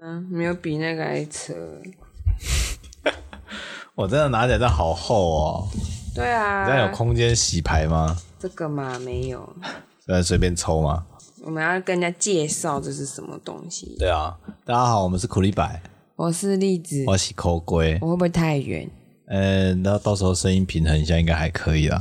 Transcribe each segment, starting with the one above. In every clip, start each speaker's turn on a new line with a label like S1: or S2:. S1: 嗯没有比那个还扯。
S2: 我真的拿起来真的好厚哦，
S1: 对
S2: 你这样有
S1: 啊，
S2: 空间洗牌吗？
S1: 这个嘛没有，
S2: 呃，随便抽吗？
S1: 我们要跟人家介绍这是什么东西。
S2: 对啊，大家好，我们是苦力白，
S1: 我是栗子，
S2: 我洗抠龟，
S1: 我会不会太远？
S2: 呃，那到时候声音平衡一下应该还可以啦。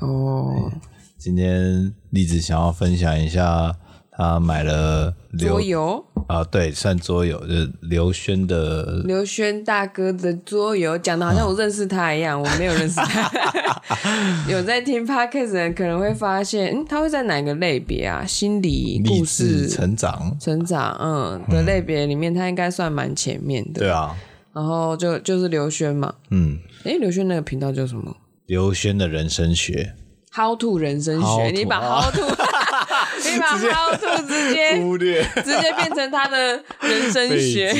S1: 哦，
S2: 今天栗子想要分享一下，他买了刘
S1: 桌游，
S2: 啊，对，算桌游，就是刘轩的
S1: 刘轩大哥的桌游，讲的好像我认识他一样，我没有认识他。 有在听 podcast 的人可能会发现，嗯，他会在哪个类别啊？心理
S2: 励
S1: 故
S2: 志
S1: 事。
S2: 成长。
S1: 成长，嗯的类别里面，他应该算蛮前面的。
S2: 对啊，
S1: 然后就就是刘轩嘛，
S2: 嗯，
S1: 诶，刘轩那个频道叫什么
S2: 刘轩的人生学，
S1: ？How to 人生
S2: How
S1: 学，
S2: to，
S1: 你把
S2: 哦
S1: How to，你把 How to 直接
S2: 略
S1: 直接变成他的人生学，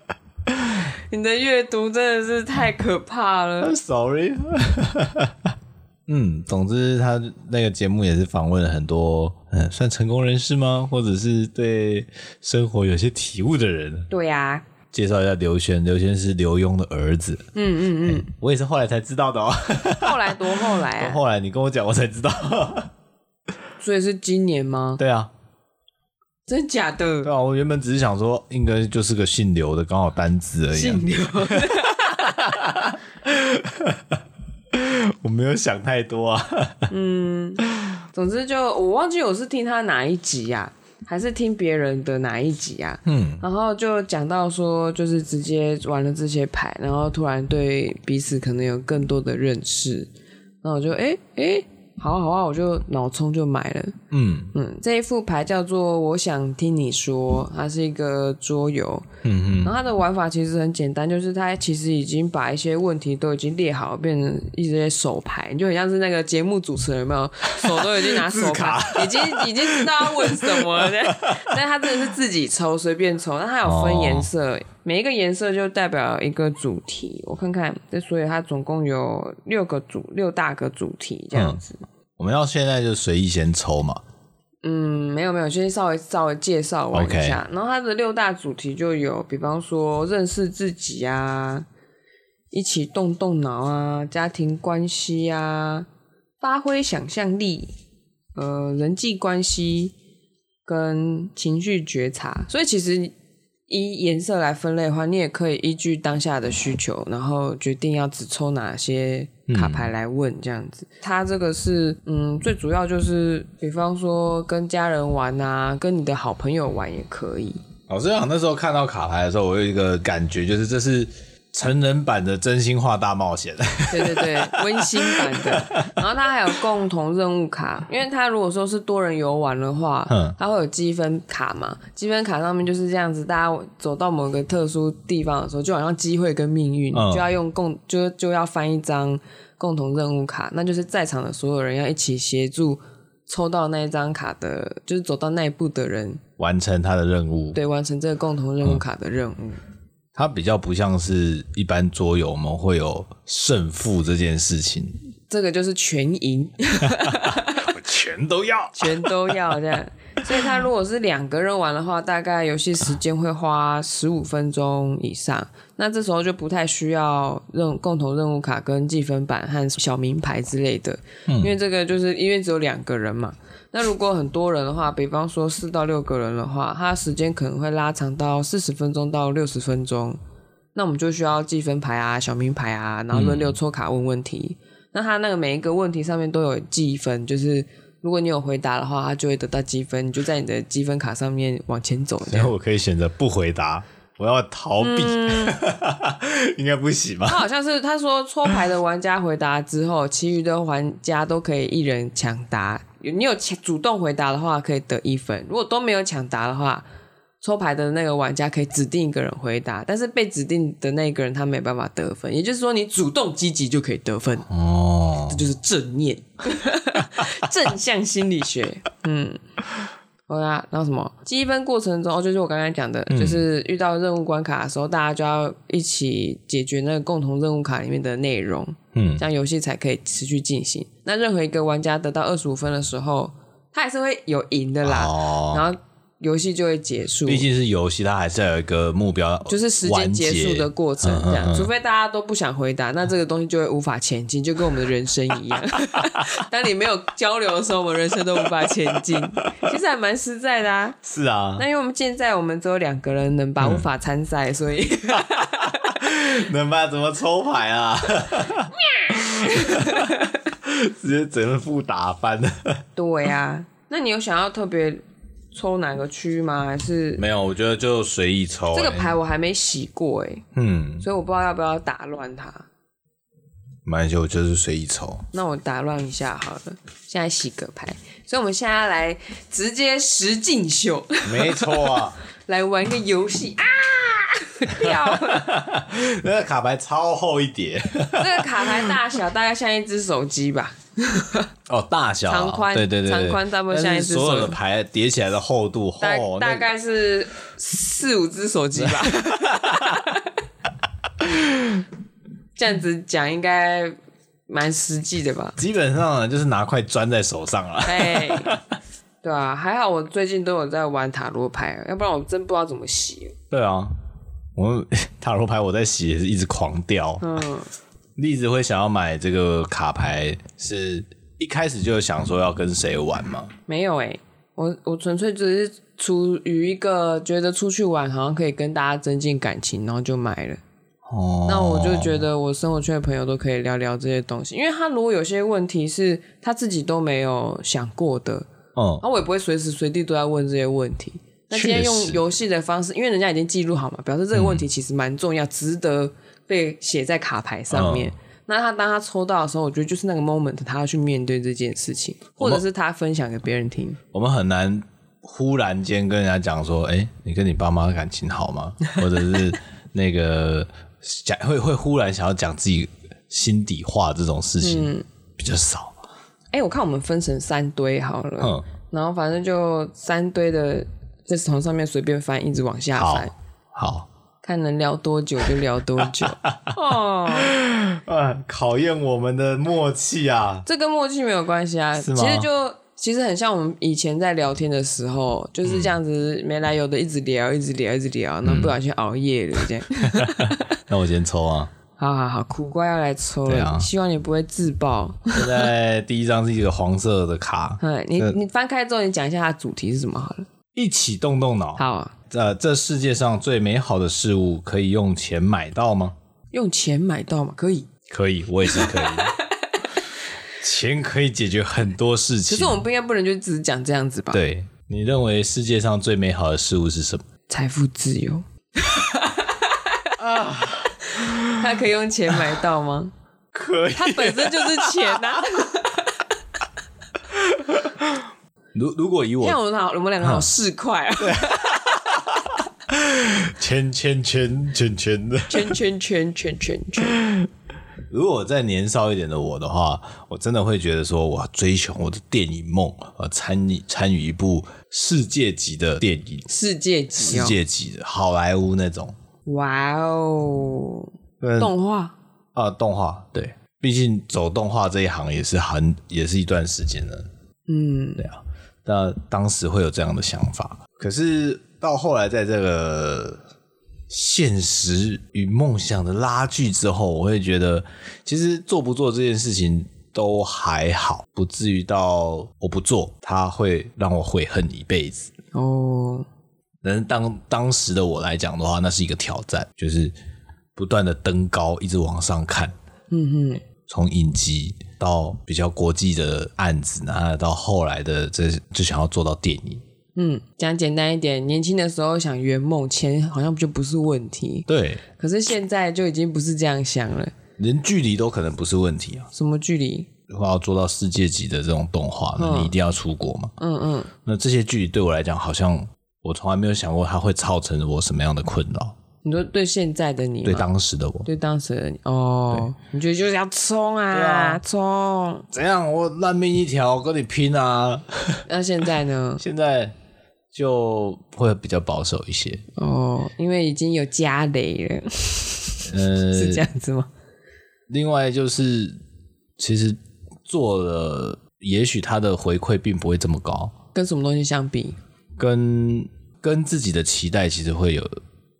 S1: 你的阅读真的是太可怕了。
S2: Sorry 。 嗯，总之他那个节目也是访问了很多，嗯，算成功人士吗？或者是对生活有些体悟的人。
S1: 对呀、
S2: 介绍一下刘轩，刘轩是刘墉的儿子，
S1: 嗯嗯
S2: 我也是后来才知道的哦。
S1: 嗯，后来多后来啊，
S2: 后来你跟我讲，我才知道。
S1: 所以是今年吗？
S2: 对啊，
S1: 真假的？
S2: 对啊，我原本只是想说，应该就是个姓刘的，刚好单字而已啊、
S1: 姓刘，
S2: 我没有想太多啊。
S1: 总之就我忘记我是听他哪一集呀、还是听别人的哪一集呀、
S2: 嗯，
S1: 然后就讲到说，就是直接玩了这些牌，然后突然对彼此可能有更多的认识。那我就哎哎、诶好啊好啊，我就脑充就买了。
S2: 嗯
S1: 嗯，这一副牌叫做“我想听你说”，它是一个桌游。
S2: 嗯嗯，
S1: 然后它的玩法其实很简单，就是它其实已经把一些问题都已经列好，变成一些手牌，你就很像是那个节目主持人有没有，手都已经 拿手牌，已经已经知道要问什么了。但它真的是自己抽，随便抽，但它有分颜色，每一个颜色就代表一个主题。我看看，这所以它总共有六个主六大个主题这样子。
S2: 我们要现在就随意先抽嘛。
S1: 嗯，没有没有，先稍微稍微介绍完一
S2: OK
S1: 下。然后它的六大主题就有，比方说认识自己啊，一起动动脑啊，家庭关系啊，发挥想象力，呃，人际关系跟情绪觉察。所以其实依颜色来分类的话，你也可以依据当下的需求，然后决定要只抽哪些卡牌来问这样子。它这个是，嗯，最主要就是，比方说跟家人玩啊，跟你的好朋友玩也可以。
S2: 老实讲，那时候看到卡牌的时候，我有一个感觉，就是这是成人版的真心话大冒险。
S1: 对对对，温馨版的。然后它还有共同任务卡，因为它如果说是多人游玩的话
S2: 嗯，
S1: 它会有积分卡嘛，积分卡上面就是这样子，大家走到某个特殊地方的时候，就好像机会跟命运，
S2: 嗯
S1: 就要用共就就要翻一张共同任务卡，那就是在场的所有人要一起协助。抽到那一张卡的，就是走到那一步的人，
S2: 完成他的任务，
S1: 对，完成这个共同任务卡的任务。
S2: 它比较不像是一般桌游，我们会有胜负这件事情，
S1: 这个就是全赢，
S2: 我全都 要。
S1: 全都要这样。所以他如果是两个人玩的话，大概游戏时间会花十五分钟以上。那这时候就不太需要任共同任务卡、跟积分板和小名牌之类的，因为这个就是因为只有两个人嘛。那如果很多人的话，比方说四到六个人的话，它时间可能会拉长到四十分钟到六十分钟。那我们就需要积分牌啊、小名牌啊，然后轮流抽卡问问题。那他那个每一个问题上面都有积分，就是如果你有回答的话，他就会得到积分，你就在你的积分卡上面往前走。这
S2: 然
S1: 样
S2: 后我可以选择不回答，我要逃避，
S1: 嗯
S2: 应该不行吧？
S1: 他好像是他说抽牌的玩家回答之后，其余的玩家都可以一人抢答。有你有抢主动回答的话，可以得一分；如果都没有抢答的话，抽牌的那个玩家可以指定一个人回答，但是被指定的那个人他没办法得分。也就是说，你主动积极就可以得分，
S2: 哦
S1: 这，就是正念， 正向心理学。嗯。好啦，然后什么积分过程中，哦，就是我刚才讲的，就是遇到任务关卡的时候，大家就要一起解决那个共同任务卡里面的内容，
S2: 嗯
S1: 这样游戏才可以持续进行。那任何一个玩家得到二十五分的时候，他还是会有赢的啦。
S2: 哦，
S1: 然后游戏就会结束，
S2: 毕竟是游戏，它还是要有一个目标，
S1: 就是时间结束的过程
S2: 完结
S1: 这样。
S2: 嗯嗯嗯
S1: 除非大家都不想回答，那这个东西就会无法前进，就跟我们的人生一 样。 当你没有交流的时候，我们人生都无法前进，其实还蛮实在的啊。
S2: 是啊
S1: 那，因为我们现在我们只有两个人能
S2: 嗯
S1: 吧，无法参赛，所 以
S2: 能吧？怎么抽牌啊？ 直接整副打翻。
S1: 对呀、那你有想要特别抽哪个区吗？还是
S2: 没有，我觉得就随意抽、
S1: 这个
S2: 欸
S1: 牌我还没洗过哎、
S2: 嗯，
S1: 所以我不知道要不要打乱它。
S2: 蛮就我就是随意抽。
S1: 那我打乱一下好了，现在洗个牌。所以我们现在来直接实境秀，
S2: 没错啊，
S1: 来玩个游戏啊！ 掉，
S2: 那个卡牌超厚一叠
S1: 这个卡牌大小大概像一只手机吧。
S2: 哦，大小啊
S1: 长宽
S2: 对对对，对
S1: 长宽差不多
S2: 但是
S1: 像一只手
S2: 所有的牌叠起来的厚度厚
S1: 大，
S2: 哦那
S1: 大概是四五只手机吧。 这样子讲应该蛮实际的吧？
S2: 基本上呢就是拿块砖在手上了。
S1: 哎，对啊，还好我最近都有在玩塔罗牌，啊要不然我真不知道怎么洗。
S2: 对啊，我 塔罗牌我在洗也是一直狂掉。
S1: 嗯，
S2: 栗子会想要买这个卡牌，是一开始就想说要跟谁玩吗？
S1: 没有哎、我我纯粹只是出于一个觉得出去玩好像可以跟大家增进感情，然后就买了。
S2: 哦，
S1: 那我就觉得我生活圈的朋友都可以聊聊这些东西，因为他如果有些问题是他自己都没有想过的，
S2: 嗯
S1: 然，后我也不会随时随地都在问这些问题。那今天
S2: 确
S1: 用
S2: 实嗯
S1: 游戏的方式，因为人家已经记录好嘛，表示这个问题其实蛮重要，值得被写在卡牌上面。
S2: 嗯
S1: 那他当他抽到的时候，我觉得就是那个 moment，他要去面对这件事情，或
S2: 我们
S1: 者是他分享给别人听。
S2: 我们很难忽然间跟人家讲说，哎、你跟你爸妈感情 好吗？或者是那个讲会会忽然想要讲自己心底话这种事情、
S1: 嗯
S2: 比较少。
S1: 哎、我看我们分成三堆好了，
S2: 嗯，
S1: 然后反正就三堆的，就是从上面随便翻，一直往下
S2: 好
S1: 翻。
S2: 好，
S1: 看能聊多久就聊多 久。哦，
S2: 嗯，考验我们的默契啊。
S1: 这跟默契没有关系啊。
S2: 是
S1: 其
S2: 吗
S1: 实就其实很像我们以前在聊天的时候，就是这样子没来由的一直聊，一直聊，一直聊，然后不小心熬夜了 这样。
S2: 那我先抽啊。
S1: 好好好，苦瓜要来抽
S2: 对
S1: 了，
S2: 啊
S1: 希望你不会自爆。，
S2: 现在第一张是一个黄色的卡
S1: 嗯，你
S2: 这
S1: 你翻开之后，你讲一下它的主题是什么好了。
S2: 一起动动脑。
S1: 好、啊，
S2: 呃，这世界上最美好的事物可以用钱买到吗？
S1: 用钱买到吗？可以。
S2: 可以，我也是 可以。钱可以解决很多事
S1: 可
S2: 情。
S1: 是我们不应该不能就只讲这样子吧？，
S2: 对你认为世界上最美好的事物是什么？
S1: 财富自 由。 啊，他可以用钱买到吗？
S2: 可以。
S1: 它本身就是钱啊呐、
S2: 如如果以
S1: 你看
S2: 我
S1: 我们好，我们两个好市侩 啊，
S2: 钱钱钱钱钱的，
S1: 圈圈圈圈圈圈。
S2: 如果再年少一点的我的话，我真的会觉得说，我要追求我的电影梦，呃，参与参与一部世界级的电影，
S1: 世界级
S2: 世
S1: 哦，
S2: 界级的好莱坞那种。
S1: 哇哦，
S2: 嗯
S1: 动画
S2: 啊、动画对，毕竟走动画这一行也是很也是一段时间了。嗯，对啊，那当时会有这样的想法，可是到后来在这个现实与梦想的拉锯之后，我会觉得其实做不做这件事情。都还好，不至于到我不做，它会让我悔恨一辈子。
S1: 哦，
S2: 但是当当时的我来讲的话，那是一个挑战，就是不断的登高，一直往上看，
S1: 嗯哼，
S2: 从影集到比较国际的案子，然后到后来的这就想要做到电影。
S1: 嗯，讲简单一点，年轻的时候想圆梦，钱好像就不是问题，
S2: 对，
S1: 可是现在就已经不是这样想了。
S2: 连距离都可能不是问题啊。
S1: 什么距离？
S2: 如果要做到世界级的这种动画，那你一定要出国嘛。
S1: 嗯嗯，
S2: 那这些距离对我来讲，好像我从来没有想过它会造成我什么样的困扰。
S1: 你说对现在的你吗，
S2: 对当时的我，
S1: 对当时的你哦，你觉得就是要冲
S2: 对
S1: 啊，
S2: 啊
S1: 冲。
S2: 怎样？我烂命一条，跟你拼啊！
S1: 那现在呢？
S2: 现在就会比较保守一些。
S1: 哦，因为已经有家累了，
S2: 呃，
S1: 是这样子吗？
S2: 另外就是，其实做了，也许他的回馈并不会这么高，
S1: 跟什么东西相比？
S2: 跟跟自己的期待其实会有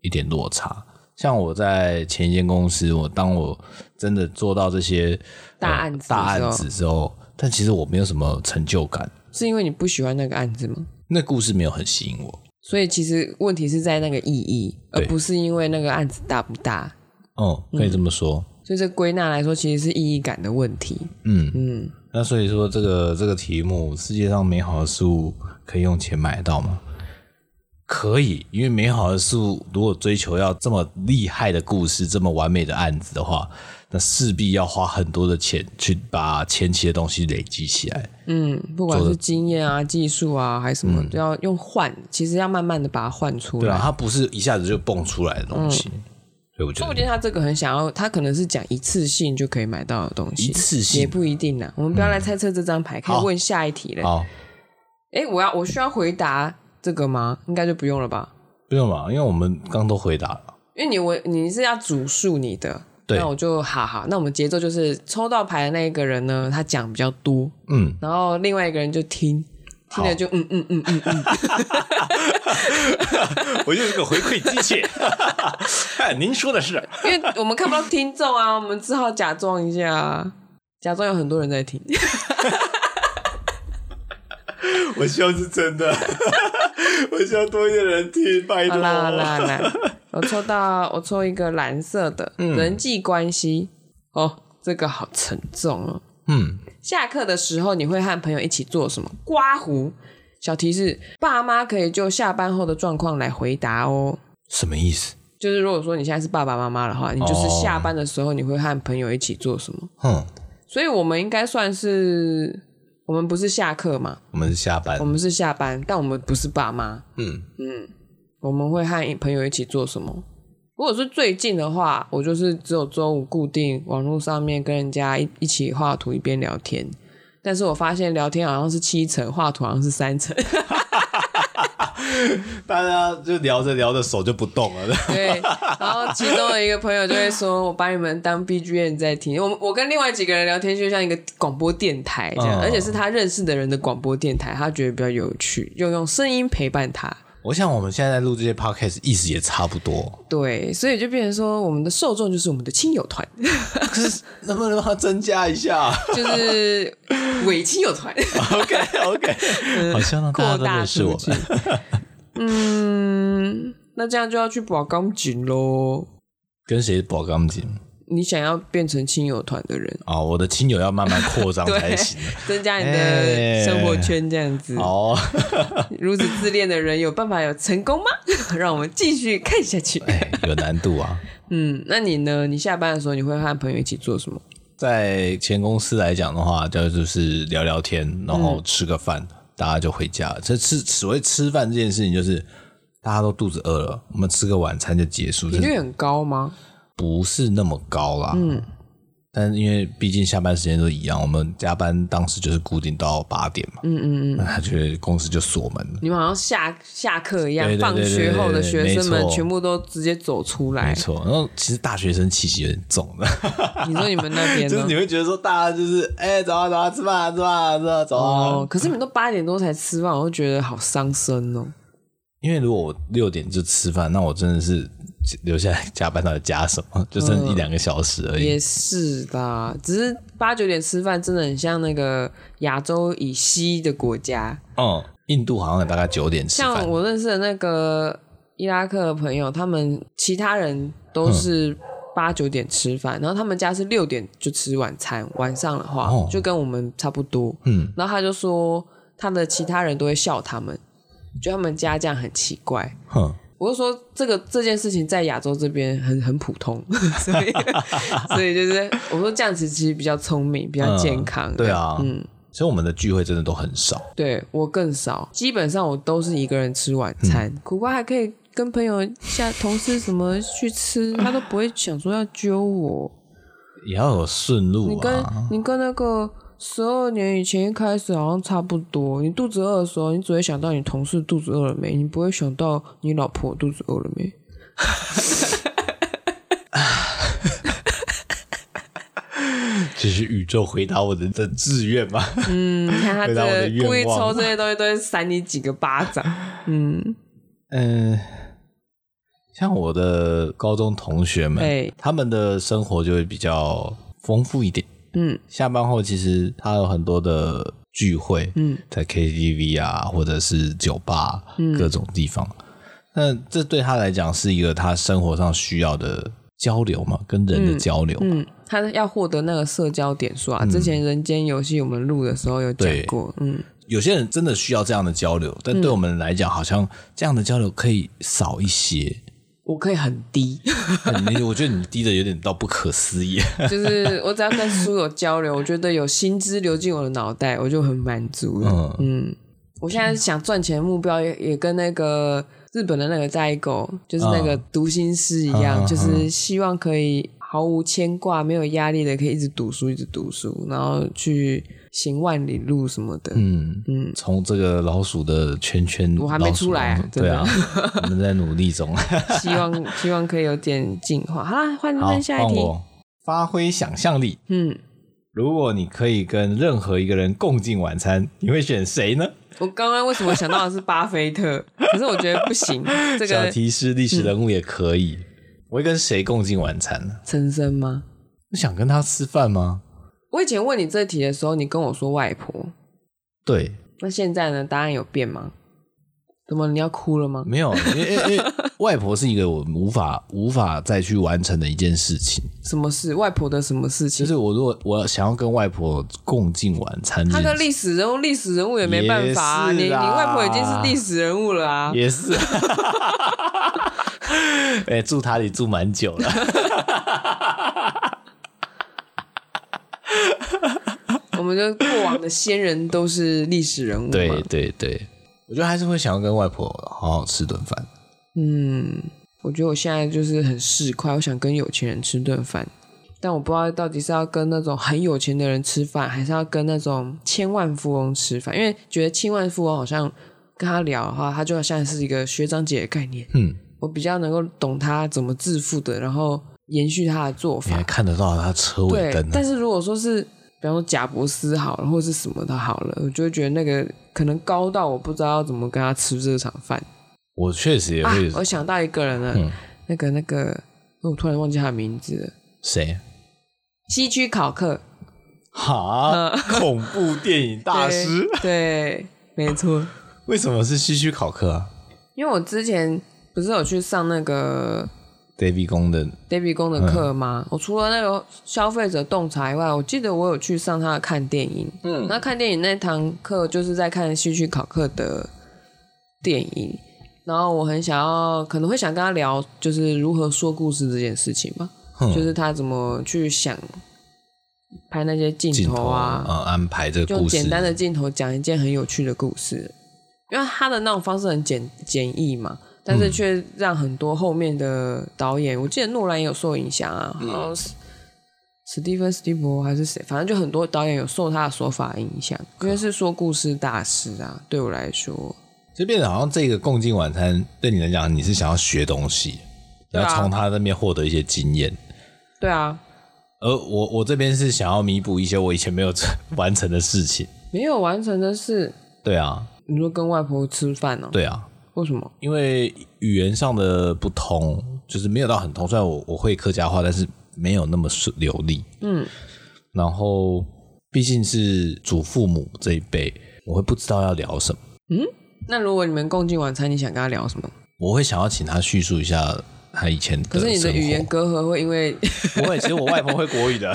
S2: 一点落差。像我在前一间公司，我当我真的做到这些呃
S1: 大案子的时候
S2: 大案子之后，但其实我没有什么成就感，
S1: 是因为你不喜欢那个案子吗？
S2: 那故事没有很吸引我。
S1: 所以其实问题是在那个意义，而
S2: 对
S1: 不是因为那个案子大不大。
S2: 哦、可以
S1: 嗯
S2: 这么说。
S1: 所以这归纳来说，其实是意义感的问题。
S2: 嗯，
S1: 嗯，
S2: 那所以说这个这个题目，世界上美好的事物可以用钱买得到吗？可以，因为美好的事物如果追求要这么厉害的故事、这么完美的案子的话，那势必要花很多的钱去把前期的东西累积起来。
S1: 嗯，不管是经验啊、技术啊，还是什么，都要用换，其实要慢慢的把它换出
S2: 嗯对嗯啊，
S1: 来。
S2: 它不是一下子就蹦出来的东西，所以我觉
S1: 说不
S2: 得
S1: 定他这个很想要，他可能是讲一次性就可以买到的东西，
S2: 一次性嗯
S1: 也不一定啊啦。我们不要来猜测这张牌，可以
S2: 好
S1: 问下一题嘞。
S2: 好
S1: 哎，我要我需要回答这个吗？应该就不用了吧，
S2: 不用嘛，因为我们刚都回答了。
S1: 因为你我你是要主述你的，
S2: 对
S1: 那我就哈哈。那我们节奏就是抽到牌的那一个人呢，他讲比较多，
S2: 嗯，
S1: 然后另外一个人就听，听了
S2: 好
S1: 就嗯嗯嗯嗯嗯，
S2: 我就是个回馈机 器。哎您说的是，
S1: 因为我们看不到听众啊，我 们只好假装一下啊，假装有很多人在听。
S2: 哎 我希望是真的。我希望多一点人听，拜
S1: 好啦好啦好啦，我抽到我抽一个蓝色的、
S2: 嗯
S1: 人际关系，哦，这个好沉重哦。
S2: 嗯，
S1: 下课的时候你会和朋友一起做什么？刮胡。小提示：爸妈可以就下班后的状况来回答哦。
S2: 什么意思？
S1: 就是如果说你现在是爸爸妈妈的话，你就是
S2: 哦
S1: 下班的时候你会和朋友一起做什么？
S2: 哼，
S1: 所以我们应该算是，我们不是下课嘛，
S2: 我们是下班
S1: 我。们是下班，但我们不是爸妈。
S2: 嗯
S1: 我们会和朋友一起做什么？如果是最近的话，我就是只有周五固定网络上面跟人家一一起画图一边聊天，但是我发现聊天好像是七成，画图好像是三 成，
S2: 大家就聊着聊着手就不动了。
S1: 对。然后其中的一个朋友就会说：“我把你们当 BGM 在听。”我我跟另外几个人聊天就像一个广播电台这样，
S2: 嗯
S1: 而且是他认识的人的广播电台，他觉得比较有趣，又用声音陪伴他。
S2: 我想我们现在在录这些 podcast，意思也差不多。
S1: 对，所以就变成说，我们的受众就是我们的亲友团。
S2: 可是能不能让它增加一 下
S1: 就是伪亲友团
S2: ？OK OK，好像让大家
S1: 扩
S2: 都
S1: 大
S2: 认识
S1: 出
S2: 我
S1: 去
S2: 们。。
S1: 嗯， 那这样就要去保钢琴喽。
S2: 跟谁保钢筋
S1: 你想要变成亲友团的人，
S2: 啊？我的亲友要慢慢扩张才
S1: 对
S2: 行。，
S1: 增加你
S2: 哎
S1: 的生活圈，这样子。
S2: 哦，
S1: 如此自恋的人有办法有成功吗？ 让我们继续看下去。
S2: 哎，有难度啊。
S1: 嗯，那你呢？你下班的时候你会和朋友一起做什么？
S2: 在前公司来讲的话，就就是聊聊天，然后吃个饭，大家就回家了。这吃所谓吃饭这件事情，就是大家都肚子饿了，我们吃个晚餐就结束，
S1: 频
S2: 就是
S1: 率很高吗？
S2: 不是那么高啦。嗯，但因为毕竟下班时间都一样，我们加班当时就是固定到八点嘛。嗯嗯嗯，那他觉得公司就锁门了。
S1: 你们好像下下课一样
S2: 对，对
S1: 放
S2: 对对
S1: 学
S2: 对
S1: 后的
S2: 对
S1: 学生
S2: 没
S1: 们
S2: 错
S1: 全部都直接走出来
S2: 没。错，然后其实大学生气息有点重的，
S1: 你说你们那边呢？
S2: 就是你会觉得说大家就是哎、走啊走啊吃饭啊吃饭啊吃饭啊走啊，
S1: 哦，可是你们都八点多才吃饭，我就觉得好伤身哦。
S2: 因为如果我六点就吃饭，那我真的是留下来加班到底加什么？就剩一两个小时而已。
S1: 嗯也是啦，只是八九点吃饭真的很像那个亚洲以西的国家，
S2: 嗯，印度好像大概九点吃
S1: 像
S2: 饭。
S1: 我认识的那个伊拉克的朋友，他们其他人都
S2: 嗯
S1: 是八九点吃饭，然后他们家是六点就吃晚餐，晚上的话、
S2: 哦
S1: 就跟我们差不多。
S2: 嗯，
S1: 然后他就说他的其他人都会笑他们，觉得他们家这样很奇怪。
S2: 哼，
S1: 我就说这个这件事情在亚洲这边很很普通， 所以所以就是我说这样子其实比较聪明，比较健康。
S2: 嗯对，啊，嗯，所以我们的聚会真的都很少。
S1: 对我更少，基本上我都是一个人吃晚餐。
S2: 嗯
S1: 苦瓜还可以跟朋友下同事什么去吃，他都不会想说要揪我。
S2: 也要有顺
S1: 你
S2: 路
S1: 跟、
S2: 啊。
S1: 你跟那个十二年以前一开始好像差不多，你肚子饿的时候，你只会想到你同事肚子饿了没，你不会想到你老婆肚子饿了没。
S2: 就是宇宙回答我的的志愿 嘛。
S1: 你看他这
S2: 回答我的
S1: 个
S2: 愿望
S1: 故意抽这些东西，都会扇你几个巴 掌。嗯，
S2: 嗯，像我的高中同学
S1: 哎
S2: 们，他们的生活就会比较丰富一点。
S1: 嗯，
S2: 下班后其实他有很多的聚会，
S1: 嗯，
S2: 在 KTV 啊，或者是酒吧、各种地方。那这对他来讲是一个他生活上需要的交流嘛，跟人的交流嘛。
S1: 嗯，他要获得那个社交点数啊。之前《人间游戏》我们录的时候有讲
S2: 嗯对
S1: 过，嗯，
S2: 有些人真的需要这样的交流，但对我们来讲，好像这样的交流可以少一些。
S1: 我可以很低，
S2: 你我觉得你低的有点到不可思议。啊
S1: 就是我只要跟书友交流，我觉得有新知流进我的脑袋，我就很满足了。
S2: 嗯，
S1: 嗯，我现在想赚钱的目标也也跟那个日本的那个代购，就是那个读心师一样，
S2: 嗯嗯嗯
S1: 就是希望可以毫无牵挂、没有压力的，可以一直读书，一直读书，然后去行万里路什么的。
S2: 嗯嗯，从这个老鼠的圈圈，
S1: 我还没出来啊
S2: 老鼠对啊，我们在努 力中。
S1: 希望 希望可以有点进化。好啦，换
S2: 好
S1: 换，下一
S2: 换
S1: 题。
S2: 我发挥想象力。
S1: 嗯，
S2: 如果你可以跟任何一个人共进晚餐，你会选谁呢？
S1: 我刚刚为什么想到的是巴菲特？可是我觉得不行，这
S2: 小
S1: 个嗯
S2: 提示，历史人物也可以。我会跟谁共进晚餐呢？
S1: 陈生吗？
S2: 我想跟他吃饭吗？
S1: 我以前问你这题的时候，你跟我说外婆，
S2: 对，
S1: 那现在呢？答案有变吗？怎么你要哭了吗？
S2: 没有，因为因为 因为外婆是一个我无法无法再去完成的一件事情。
S1: 什么事？外婆的什么事
S2: 就
S1: 情？
S2: 是我如果我想要跟外婆共进晚餐这
S1: 他
S2: 件事，
S1: 跟历史人物，历史人物也没办法、啊，
S2: 也
S1: 你
S2: 是
S1: 你
S2: 啦
S1: 外婆已经是历史人物了啊！
S2: 也是， 哎、住他里住蛮久了。
S1: 我们就过往的先人都是历史人物嘛。
S2: 对对对，我觉得还是会想要跟外婆好好吃顿饭。
S1: 嗯，我觉得我现在就是很市侩，我想跟有钱人吃顿饭，但我不知道到底是要跟那种很有钱的人吃饭，还是要跟那种千万富翁吃饭，因为觉得千万富翁好像跟他聊的话，他就好像是一个学长姐的概念，
S2: 嗯，
S1: 我比较能够懂他怎么致富的，然后延续他的做
S2: 你还
S1: 法。
S2: 看得到他车尾
S1: 对
S2: 灯，呢、啊
S1: 但是如果说是。比方说贾伯斯好了，或者是什么的好了，我就会觉得那个可能高到我不知道要怎么跟他吃这场饭。
S2: 我确实也
S1: 啊
S2: 会，
S1: 我想到一个人了，
S2: 嗯
S1: 那个那个，我突然忘记他的名字了。
S2: 谁
S1: 西区考克
S2: 哈、
S1: 呃
S2: 恐怖电影大师，
S1: 对，对没错。
S2: 为什么是希区考克啊
S1: 因为我之前不是有去上那个
S2: ？David 工的
S1: David 公的课吗？我除了那个消费者洞察以外，我记得我有去上他的看电影。嗯，那看电影那堂课就是在看希区考克的电影，然后我很想要，可能会想跟他聊，就是如何说故事这件事情吧，
S2: 嗯
S1: 就是他怎么去想拍那些镜
S2: 镜
S1: 头
S2: 头
S1: 啊，
S2: 呃，安排这个
S1: 就
S2: 故事，
S1: 简单的镜头讲一件很有趣的故事，因为他的那种方式很简简易嘛，但是却让很多后面的导演，我记得诺兰也有受影响啊，
S2: 嗯
S1: 好像是史蒂芬史蒂博还是谁，反正就很多导演有受他的手法影响，因为是说故事大师啊，对我来说，
S2: 就变得好像这个共进晚餐对你来讲，你是想要学东西，
S1: 对
S2: 然
S1: 啊
S2: 后从他那边获得一些经验。
S1: 对啊，
S2: 而我我这边是想要弥补一些我以前没有 完成的事情。
S1: 没有完成的是，
S2: 对啊，
S1: 你说跟外婆吃饭呢、
S2: 对啊，
S1: 为什么？
S2: 因为语言上的不通，就是没有到很通。虽然我我会客家话，但是没有那么顺流利。
S1: 嗯，
S2: 然后毕竟是祖父母这一辈，我会不知道要聊什么。
S1: 那如果你们共进晚餐，你想跟他聊什么？
S2: 我会想要请他叙述一下他以前的
S1: 可是你的
S2: 生活
S1: 语言隔阂会因为
S2: 不会，其实我外婆会国语 的，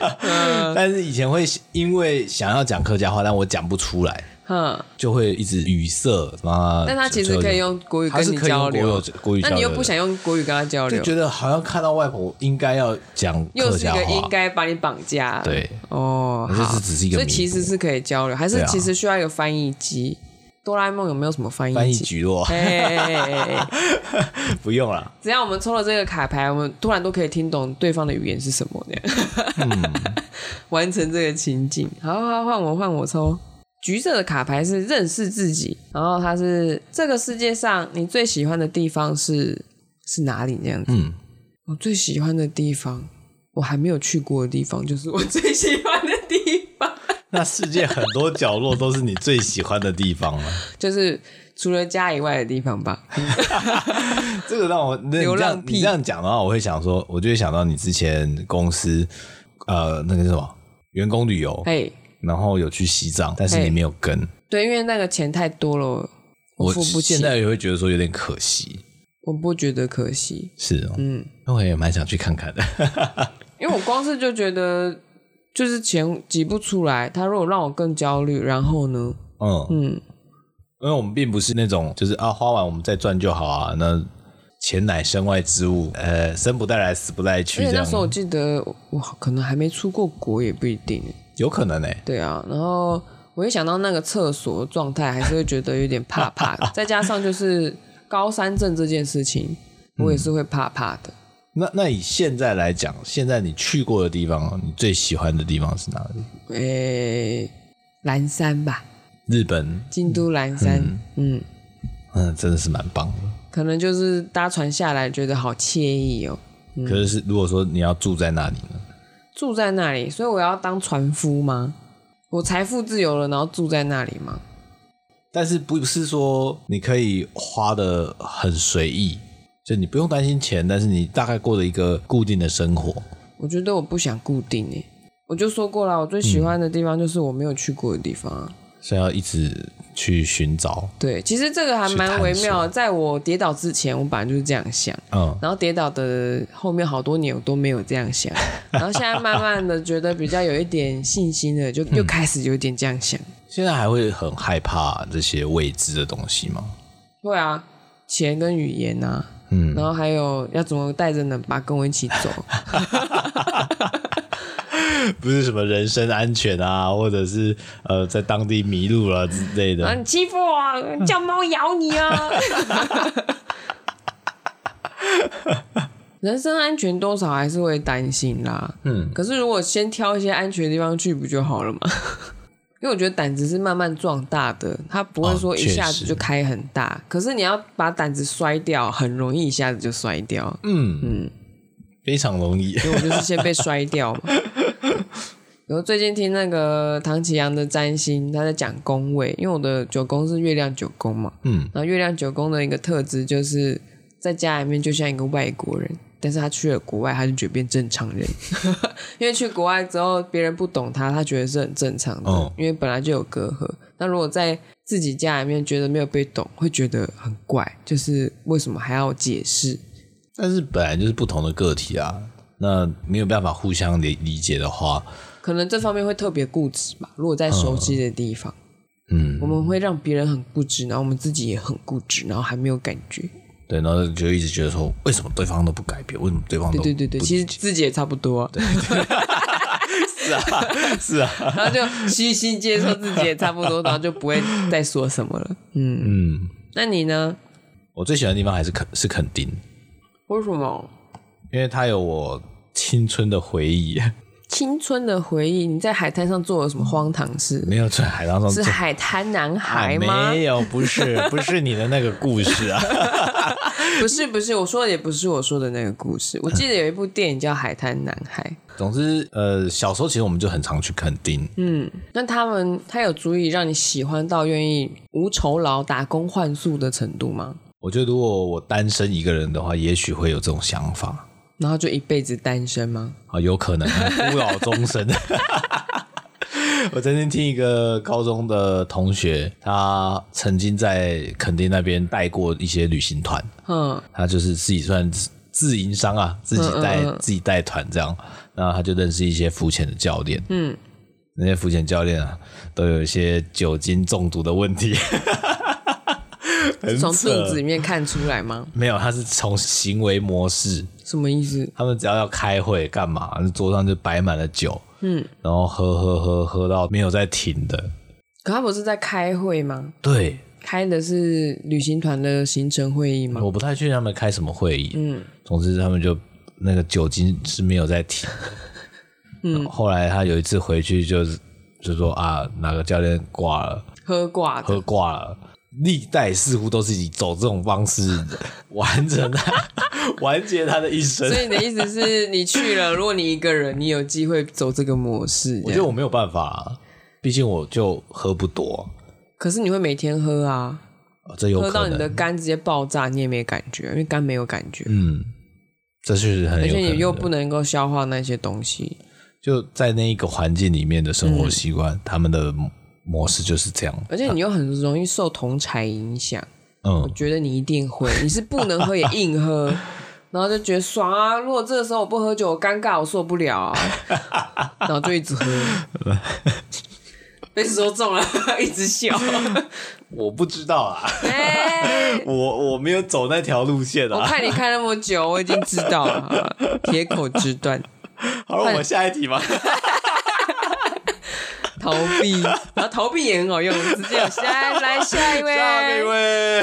S1: 嗯
S2: 但是以前会因为想要讲客家话，但我讲不出来，
S1: 哼。
S2: 就会一直语塞啊。
S1: 但他其实
S2: 就
S1: 可以，用国语
S2: 他
S1: 跟
S2: 是
S1: 你
S2: 可以用
S1: 交
S2: 国
S1: 流
S2: 语，国语交
S1: 那
S2: 流，
S1: 你又不想，用国语跟他交
S2: 就
S1: 流，
S2: 觉得好像看到外婆应该要讲
S1: 又
S2: 客
S1: 是一
S2: 家
S1: 个应
S2: 话，
S1: 该把你绑架。，
S2: 对，
S1: 哦，
S2: 这
S1: 好
S2: 是只是一个
S1: 所
S2: 弥
S1: 以
S2: 补
S1: 其实是可以交流，还
S2: 对
S1: 是
S2: 啊
S1: 其实需要一个翻译机？哆啦 A 梦有没有什么翻
S2: 翻
S1: 译
S2: 译
S1: 机？
S2: 局落
S1: 哎哎哎哎哎
S2: 不用啊了。
S1: 只要我们抽了这个卡牌，我们突然都可以听懂对方的语言是什么的，
S2: 嗯
S1: 完成这个情境。好好，换我换我抽。橘色的卡牌是认识自己，然后它是这个世界上你最喜欢的地方是是哪里？这样子。
S2: 嗯，
S1: 我最喜欢的地方，我还没有去过的地方，就是我最喜欢的地方。
S2: 那世界很多角落都是你最喜欢的地方 啊了。
S1: 就是除了家以外的地方吧。
S2: 这个让我那你
S1: 流
S2: 这
S1: 浪
S2: 样
S1: 屁
S2: 你这样讲的话，我会想说，我就会想到你之前公司呃那个是什么员工旅游，
S1: 嘿，
S2: 然后有去西藏，但是
S1: 嘿
S2: 你没有跟。
S1: 哎对，因为那个钱太多了，
S2: 我
S1: 付不起。
S2: 现在也会觉得说有点可惜，
S1: 我不觉得可惜，
S2: 是哦，
S1: 嗯，
S2: 那我也蛮想去看看的。
S1: 因为我光是就觉得就是钱挤不出来，他如果让我更焦虑，然后呢，
S2: 嗯，
S1: 嗯，
S2: 因为我们并不是那种就是啊花完我们再赚就好啊，那钱乃身外之物，呃，生不带来死不带去
S1: 而且
S2: 这
S1: 那
S2: 样啊
S1: 时，候我记得我可能还没出过国，也不一定，
S2: 有可能哎、
S1: 对啊，然后我一想到那个厕所的状态，还是会觉得有点怕怕 的，再加上就是高山症这件事情，我也是会怕怕的。
S2: 那那以现在来讲，现在你去过的地方，你最喜欢的地方是哪里？
S1: 诶、蓝山吧，
S2: 日本，
S1: 京都蓝山，嗯，
S2: 嗯，真的是蛮棒的。
S1: 可能就是搭船下来觉得好惬意哦，
S2: 可是是如果说你要住在那里呢？
S1: 住在那里，所以我要当船夫吗？我财富自由了，然后住在那里吗？
S2: 但是不是说你可以花的很随意，就你不用担心钱，但是你大概过着一个固定的生活。
S1: 我觉得我不想固定诶、欸我就说过了，我最喜欢的地方就是我没有去过的地方啊。
S2: 是要一直去寻找，
S1: 对，其实这个还蛮微
S2: 去探
S1: 妙的。
S2: 索
S1: 在我跌倒之前，我本来就是这样想，
S2: 嗯，
S1: 然后跌倒的后面好多年我都没有这样 想，然后现在慢慢的觉得比较有一点信心了，就
S2: 嗯
S1: 又开始有一点这样想。
S2: 现在还会很害怕这些未知的东西吗？
S1: 会啊，钱跟语言啊，
S2: 嗯
S1: 然后还有要怎么带着冷爸跟我一起走，
S2: 不是什么人身安全啊，或者是呃在当地迷路了之类
S1: 然后
S2: 的。
S1: 你嗯欺负我，你叫猫咬你啊！ 人身安全多少还是会担心啦，嗯，可是如果先挑一些安全的地方去，不就好了吗？ 因为我觉得胆子是慢慢壮大的，它不会说
S2: 哦
S1: 一下
S2: 确
S1: 子
S2: 实
S1: 就开很大。可是你要把胆子摔掉，很容易一下子就摔掉。
S2: 嗯嗯，非常容易。
S1: 因为我就是先被摔掉嘛。然后最近听那个唐启阳的占星，他在讲宫位，因为我的九宫是月亮九宫嘛，
S2: 嗯，
S1: 然后月亮九宫的一个特质就是在家里面就像一个外国人，但是他去了国外，他就觉得变正常人， 因为去国外之后别人不懂他，他觉得是很正常的，
S2: 哦
S1: 因为本来就有隔阂。那如果在自己家里面觉得没有被懂，会觉得很怪，就是为什么还要解释？
S2: 但是本来就是不同的个体啊，那没有办法互相理理解的话，
S1: 可能这方面会特别固执吧。如果在熟悉的地方，
S2: 嗯
S1: 我，们会让别人很固执，然后我们自己也很固执，然后还没有感觉。
S2: 对，然后就一直觉得说，为什么对方都不改变？为什么对方
S1: 对
S2: 都
S1: 对对对，
S2: 哦不
S1: 其实自己也差不多啊、
S2: 是啊，是啊，
S1: 然后就虚心接受自己也差不多，然后就不会再说什么了。嗯，
S2: 嗯，
S1: 那你呢？
S2: 我最喜欢的地方还是肯是肯定，
S1: 为什么
S2: 因为它有我青春的回忆。
S1: 青春的回忆？你在海滩上做了什么荒唐事？
S2: 没有在海浪上
S1: 是
S2: 做
S1: 海滩男孩吗？
S2: 没有，不是，不是你的那个故事啊。
S1: 不是不是，我说的也不是我说的那个故事。我记得有一部电影叫《海滩男孩》，
S2: 总之，呃，小时候其实我们就很常去垦丁，
S1: 嗯，那他们他有足以让你喜欢到愿意无酬劳打工换宿的程度吗？
S2: 我觉得如果我单身一个人的话，也许会有这种想法
S1: 然后就一辈子单身吗？
S2: 啊，有可能啊孤老终生。 我曾经听一个高中的同学，他曾经在垦丁那边带过一些旅行团，
S1: 嗯，
S2: 他就是自己算自自营商啊，自己带、
S1: 嗯嗯
S2: 自己带团这样，然后他就认识一些浮潜的教练，嗯，那些浮潜教练啊，都有一些酒精中毒的问题， 很
S1: 从
S2: 扯
S1: 肚子里面看出来吗？
S2: 没有，他是从行为模式，
S1: 什么意思？
S2: 他们只要要开会干嘛，桌上就摆满了酒，嗯，然后喝喝喝喝到没有再停的，
S1: 可他不是在开会吗？
S2: 对，
S1: 开的是旅行团的行程会议吗？
S2: 我不太确定他们开什么会议。嗯，总之他们就那个酒精是没有在 提。嗯，后来他有一次回去就是就说啊，哪个教练挂了，
S1: 喝挂的，
S2: 喝挂了。历代似乎都是以走这种方式完成他 完结他的一生
S1: 所。以你的意思是你去 了，如果你一个人，你有机会走这个模式，
S2: 我觉得我没有办法、啊，毕竟我就喝不多，
S1: 可是你会每天喝啊，
S2: 啊这有
S1: 喝到
S2: 可
S1: 你的
S2: 能。
S1: 肝直接爆炸，你也没感觉，因为肝没有感觉，
S2: 嗯，这确实很
S1: 而
S2: 有
S1: 且
S2: 可能的。
S1: 你又不能够消化那些东西。
S2: 就在那一个环境里面的生
S1: 嗯
S2: 活习惯，他们的模式就是这样。
S1: 而且你又很容易受同才影响，我
S2: 嗯，
S1: 觉得你一定会，你是不能喝也硬喝，然后就觉得爽啊！如果这个时候我不喝酒，我尴尬，我受不了啊，然后就一直喝，被说中了，一直笑。
S2: 我不知道啊，
S1: 哎、
S2: 我我没有走那条路线
S1: 我
S2: 啊。
S1: 看你看那么久，我已经知道了，好吧铁口直断，
S2: 好了，我们下一题吧。
S1: 逃避，然后逃避也很好用，直接有下来下一位，
S2: 下一位，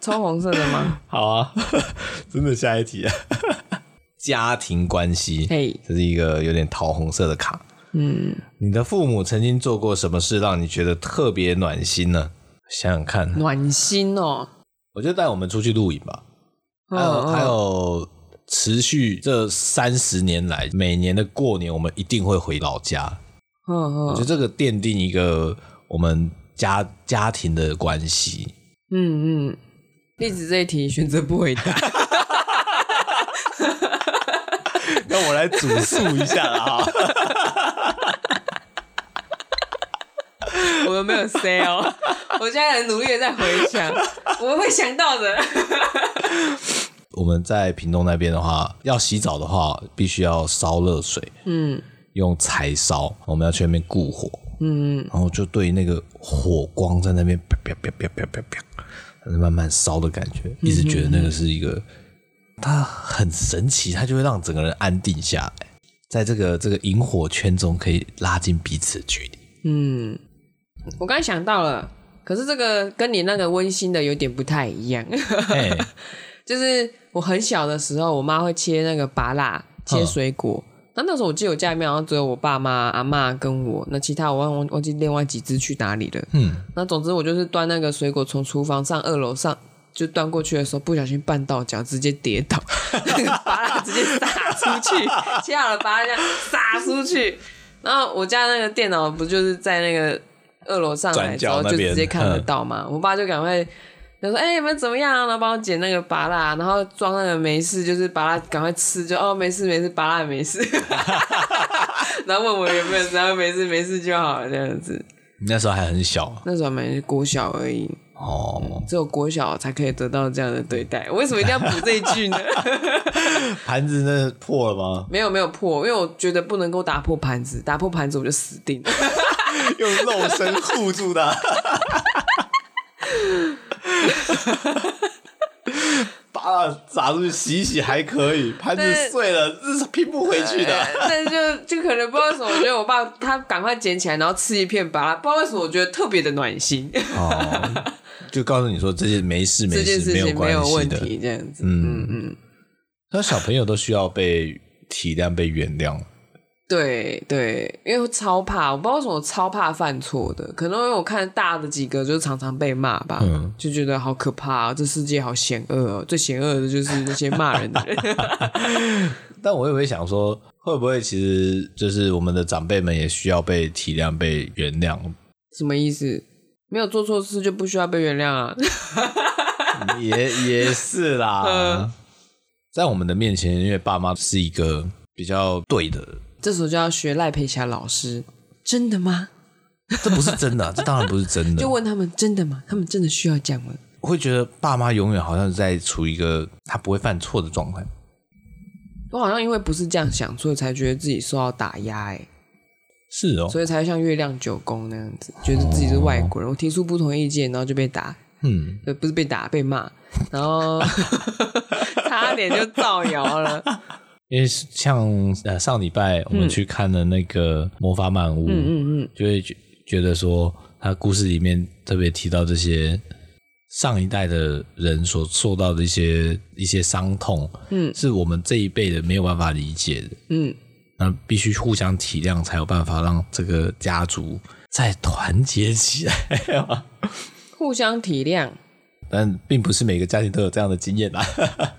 S1: 抽红色的吗？
S2: 好啊， 真的下一题啊。家庭关系，
S1: 嘿
S2: 这是一个有点桃红色的卡。嗯，你的父母曾经做过什么事让你觉得特别暖心呢？想想看，
S1: 暖心哦，
S2: 我就带我们出去露营吧。
S1: 嗯
S2: 还有
S1: 嗯
S2: 还有，持续这三十年来，每年的过年我们一定会回老家。我
S1: 嗯嗯
S2: 觉得这个奠定一个我们家家庭的关 系。
S1: 嗯嗯，例子这一题选择不回答。
S2: 让我来主述一下啦哈。
S1: 我们没有 say 哦，我现在很努力的在回 想，我们会想到的。
S2: 我们在屏东那边的话，要洗澡的话，必须要烧热水，
S1: 嗯
S2: 用柴烧，我们要去那边固火，
S1: 嗯，
S2: 然后就对那个火光在那边啪啪啪啪啪啪啪，慢慢烧的感觉，一直觉得那个是一个，它很神奇，它就会让整个人安定下来，在这个这个萤火圈中可以拉近彼此的 距离。
S1: 我刚才想到了，可是这个跟你那个温馨的有点不太一样。
S2: 哎，
S1: 就是我很小的时候，我妈会切那个芭辣，切水果。那那时候我记得我家里面好像只有我爸妈、阿妈跟我，那其他我忘忘忘记另外几只去哪里了。
S2: 嗯，
S1: 那总之我就是端那个水果从厨房上二楼上就端过去的时候，不小心绊到脚，直接跌倒，那个芭拉直接撒出去，切好了芭拉这样撒出去。然后我家那个电脑不就是在那个二楼上来之后
S2: 转角
S1: 就
S2: 那边
S1: 直接看得
S2: 嗯
S1: 到嘛？我爸就赶快。就说：“哎、你们怎么样、啊？”然后帮我捡那个芭拉，然后装那个没事，就是芭拉赶快吃，就哦没事没事，芭拉没 事。 然后问我有没有，然后没事没事就好了这样子。
S2: 你那时候还很小
S1: 那时候还蛮国小而已，
S2: 哦，
S1: 只有国小才可以得到这样的对待。我为什么一定要补这一句呢？
S2: 盘子那破了吗？
S1: 没有没有破，因为我觉得不能够打破盘子，打破盘子我就死定了。
S2: 用肉身护住 它。把它砸出去洗一洗还可以，盘子
S1: 但
S2: 碎了，这是拼不回去的。
S1: 但是就就可能不知道为什么，我觉得我爸他赶快捡起来，然后吃一片芭拉，不知道为什么我觉得特别的暖心，
S2: 哦，就告诉你说这些没事没
S1: 这件
S2: 事，
S1: 事
S2: 没有
S1: 情没有
S2: 关系
S1: 问
S2: 的。
S1: 题，这样子。
S2: 嗯嗯，那小朋友都需要被体谅、被原谅。
S1: 对对，因为我超怕，我不知道为什么我超怕犯错的，可能因为我看大的几个就是常常被骂吧，
S2: 嗯
S1: 就觉得好可怕、哦，这世界好险恶哦，最险恶的就是那些骂人的 人。
S2: 但我也会想说，会不会其实就是我们的长辈们也需要被体谅、被原谅？
S1: 什么意思？没有做错事就不需要被原谅啊？
S2: 也也是啦
S1: 嗯。
S2: 在我们的面前，因为爸妈是一个比较对的，
S1: 这时候就要学赖佩霞老师，真的吗？
S2: 这不是真 的啊，这当然不是真的
S1: 就。问他们真的吗？他们真的需要这样吗？
S2: 我会觉得爸妈永远好像是在处于一个他不会犯错的状态。
S1: 我好像因为不是这样想，所以才觉得自己受到打压、欸，
S2: 是哦，
S1: 所以才像月亮九宫那样子，觉得自己是外国人。我提出不同意见，然后就被打，
S2: 嗯，
S1: 呃，不是被打，被骂，然后 差点就造谣了。
S2: 因为像呃上礼拜我们去看了那个《魔法满屋》，
S1: 嗯嗯嗯，
S2: 就会觉觉得说，他故事里面特别提到这些上一代的人所受到的一些一些伤痛，
S1: 嗯
S2: 是我们这一辈的没有办法理解的。
S1: 嗯，
S2: 那必须互相体谅，才有办法让这个家族再团结起来。啊
S1: 互相体谅，
S2: 但并不是每个家庭都有这样的经验啦。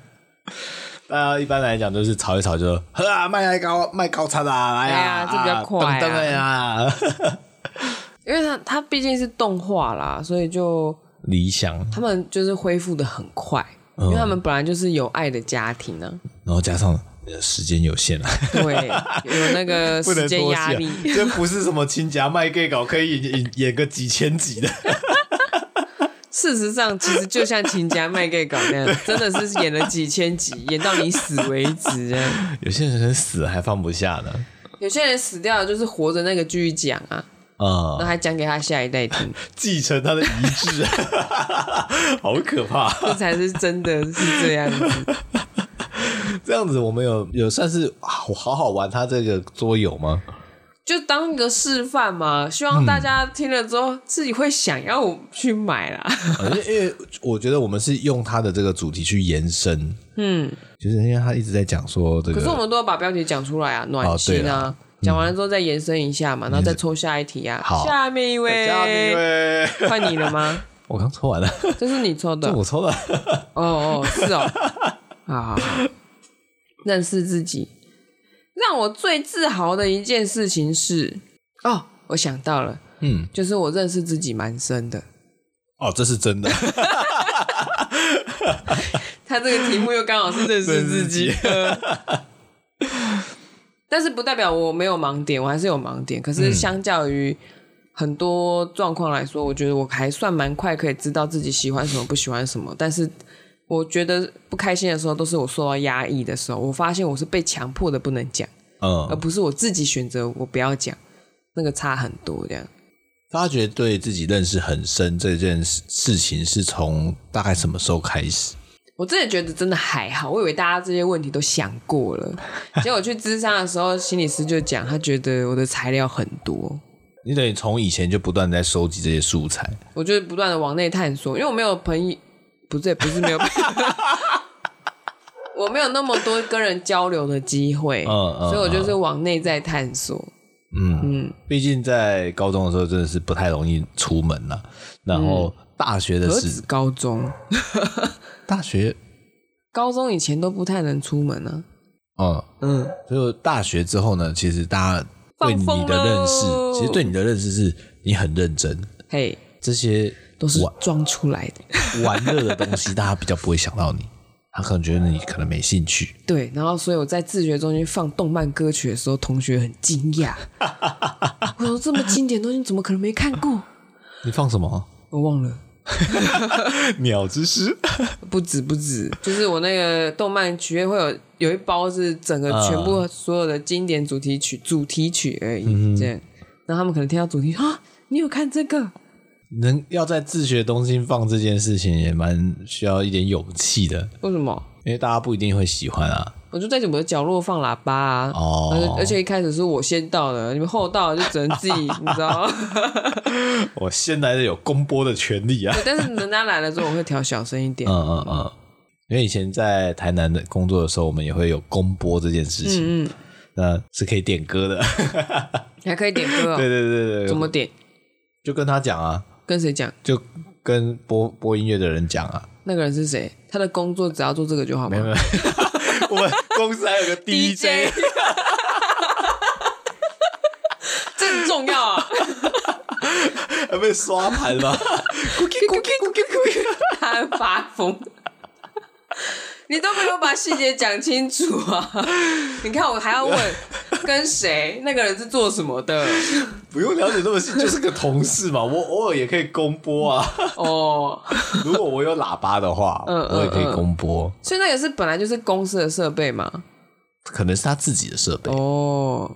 S2: 大家一般来讲就是吵一吵就喝啊，卖来高卖高叉啦，来呀、
S1: 哎呀这比较快啊
S2: 等等呀，
S1: 因为它它毕竟是动画啦，所以就
S2: 理想，
S1: 他们就是恢复的很快，因为他们本来就是有爱的家庭呢、
S2: 然后加上呃时间有限啊，
S1: 对，有那个时间压力。
S2: 这不是什么亲家卖 gay 稿可以演演演个几千集的。
S1: 事实上，其实就像《秦家卖给狗》那样，真的是演了几千集，演到你死为止这样。
S2: 有些人死了还放不下呢，
S1: 有些人死掉了，就是活着那个继续讲啊，
S2: 啊、
S1: 那还讲给他下一代听，
S2: 继承他的遗志，好可怕。
S1: 这才是真的是这样子。
S2: 这样子，我们有有算是好好好玩他这个桌游吗？
S1: 就当一个示范嘛，希望大家听了之后自己会想要去买啦。
S2: 呃因为因为我觉得我们是用他的这个主题去延伸，
S1: 嗯，
S2: 就是因为他一直在讲说这
S1: 可是我
S2: 个
S1: 们都要把标题讲出来啊，暖
S2: 哦
S1: 心
S2: 对
S1: 啊
S2: 啦，嗯
S1: 讲、完了之后再延伸一下嘛，然后再抽下一题啊。
S2: 好
S1: 下面一位，
S2: 家里位，
S1: 换你了吗？
S2: 我刚抽完了，
S1: 这是你抽的
S2: 这
S1: 哦
S2: 我抽了，
S1: 哦，是哦，好好好，认识自己。让我最自豪的一件事情是，哦，我想到了，
S2: 嗯，
S1: 就是我认识自己蛮深的。
S2: 哦，这是真 的，
S1: 他这个题目又刚好是 认识自己， 但是不代表我没有盲点，我还是有盲点。可是相较于很多状况来说，我觉得我还算蛮快可以知道自己喜欢什么、不喜欢什么。但是我觉得不开心的时候，都是我受到压抑的时候，我发现我是被强迫的不能讲，而
S2: 嗯，
S1: 呃不是我自己选择我不要讲，那个差很多。这样
S2: 发觉对自己认识很深这件事事情是从大概什么时候开始？
S1: 我真的觉得真的还好，我以为大家这些问题都想过了，结果去咨商的时候，心理师就讲，他觉得我的材料很多，
S2: 你等于从以前就不断地在收集这些素材，
S1: 我就不断的往内探索，因为我没有朋友，不对，不是没有， 我没有那么多跟人交流的机会，
S2: 嗯嗯
S1: 所以我就是往内在探索，
S2: 嗯，毕竟在高中的时候真的是不太容易出门了、然后
S1: 嗯
S2: 大学的
S1: 何
S2: 时、
S1: 止高中，
S2: 大学，
S1: 高中以前都不太能出门啊呢、
S2: 嗯，
S1: 嗯，
S2: 就大学之后呢，其实大家对你
S1: 放风
S2: 的认识
S1: 喽，
S2: 其实对你的认识是你很认真，
S1: 嘿，
S2: 这些
S1: 都是
S2: 玩
S1: 装出来的。
S2: 玩乐的东西，大家比较不会想到你，他可能觉得你可能没兴趣，
S1: 对，然后所以我在自学中间放动漫歌曲的时候，同学很惊 讶，我说这么经典的东西怎么可能没看过？
S2: 你放什么
S1: 我忘了，
S2: 鸟之诗？
S1: 不止不止，就是我那个动漫曲会有有一包是整个
S2: 嗯嗯
S1: 全部所有的经典主题曲、主题曲而已，这样，然后他们可能听到主题啊，你有看这个？
S2: 能要在自学中心放这件事情，也蛮需要一点勇气的，
S1: 为什么？
S2: 因为大家不一定会喜欢啊。
S1: 我就在我的角落放喇叭啊，
S2: 哦
S1: 而且而且一开始是我先到的，你们后到的就只能自己，你知道吗？
S2: 我先来的有公播的权利啊。
S1: 但是人家来了之后，我会调小声一点。
S2: 嗯嗯嗯，因为以前在台南的工作的时候，我们也会有公播这件事情，
S1: 嗯嗯，嗯
S2: 那是可以点歌的。
S1: 还可以点歌、哦，
S2: 对对
S1: 怎
S2: 对对，
S1: 么点？
S2: 就跟他讲啊，
S1: 跟谁讲？
S2: 就跟播播音乐的人讲啊。
S1: 那个人是谁？他的工作只要做这个就好
S2: 没有
S1: 吗
S2: 没有， 我们公司还有个 DJ，
S1: 这很重要 啊！
S2: 还被刷盘 吗？
S1: 他很发疯，你都没有把细节讲清楚啊！你看我还要问跟谁？那个人是做什么 的？
S2: 不用了解那么细，就是个同事嘛。我偶尔也可以公 播啊，
S1: 哦，
S2: 如果我有喇叭的话，
S1: 嗯嗯
S2: 我也可以公播。
S1: 所以那个是本来就是公司的设备嘛？
S2: 可能是他自己的设备，
S1: 哦，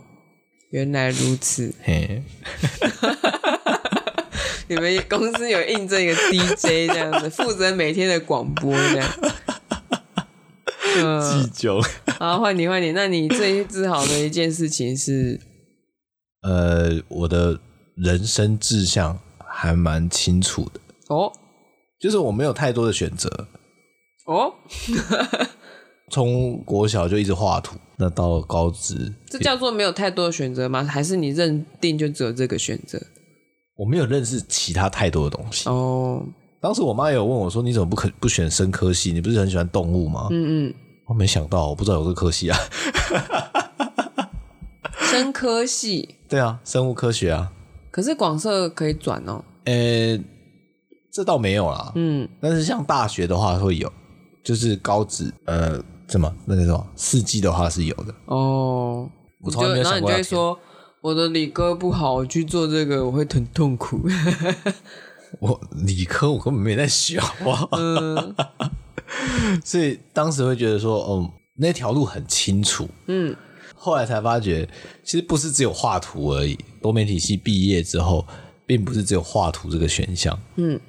S1: 原来如此。
S2: 嘿，
S1: 你们公司有印证一个 DJ 这样子，负责每天的广播这 样。嗯，
S2: 记酒。
S1: 好，换你换你。那你最自豪的一件事情是，
S2: 呃，我的人生志向还蛮清楚的，
S1: 哦
S2: 就是我没有太多的选择。
S1: 哦，
S2: 从国小就一直画图，那到高职，
S1: 这叫做没有太多的选择吗？还是你认定就只有这个选择？
S2: 我没有认识其他太多的东西。
S1: 哦，
S2: 当时我妈也有问我说：“你怎么不可不选生科系？你不是很喜欢动物吗？”
S1: 嗯嗯，
S2: 我没想到，我不知道有这科系啊。
S1: 生科系，
S2: 对啊，生物科学啊。
S1: 可是广设可以转哦。
S2: 呃、这倒没有啦。
S1: 嗯，
S2: 但是像大学的话会有，就是高职呃，什么那个什么四季的话是有的。
S1: 哦，
S2: 我从来没
S1: 你
S2: 有
S1: 就然后
S2: 想
S1: 你就
S2: 过要
S1: 会说我的理科不好，我去做这个我会很痛苦。
S2: 我理科我根本没在学，好不好？
S1: 嗯
S2: 所以当时会觉得说，嗯，那条路很清楚。
S1: 嗯
S2: 后来才发觉，其实不是只有画图而已。多媒体系毕业之后，并不是只有画图这个选项，
S1: 嗯，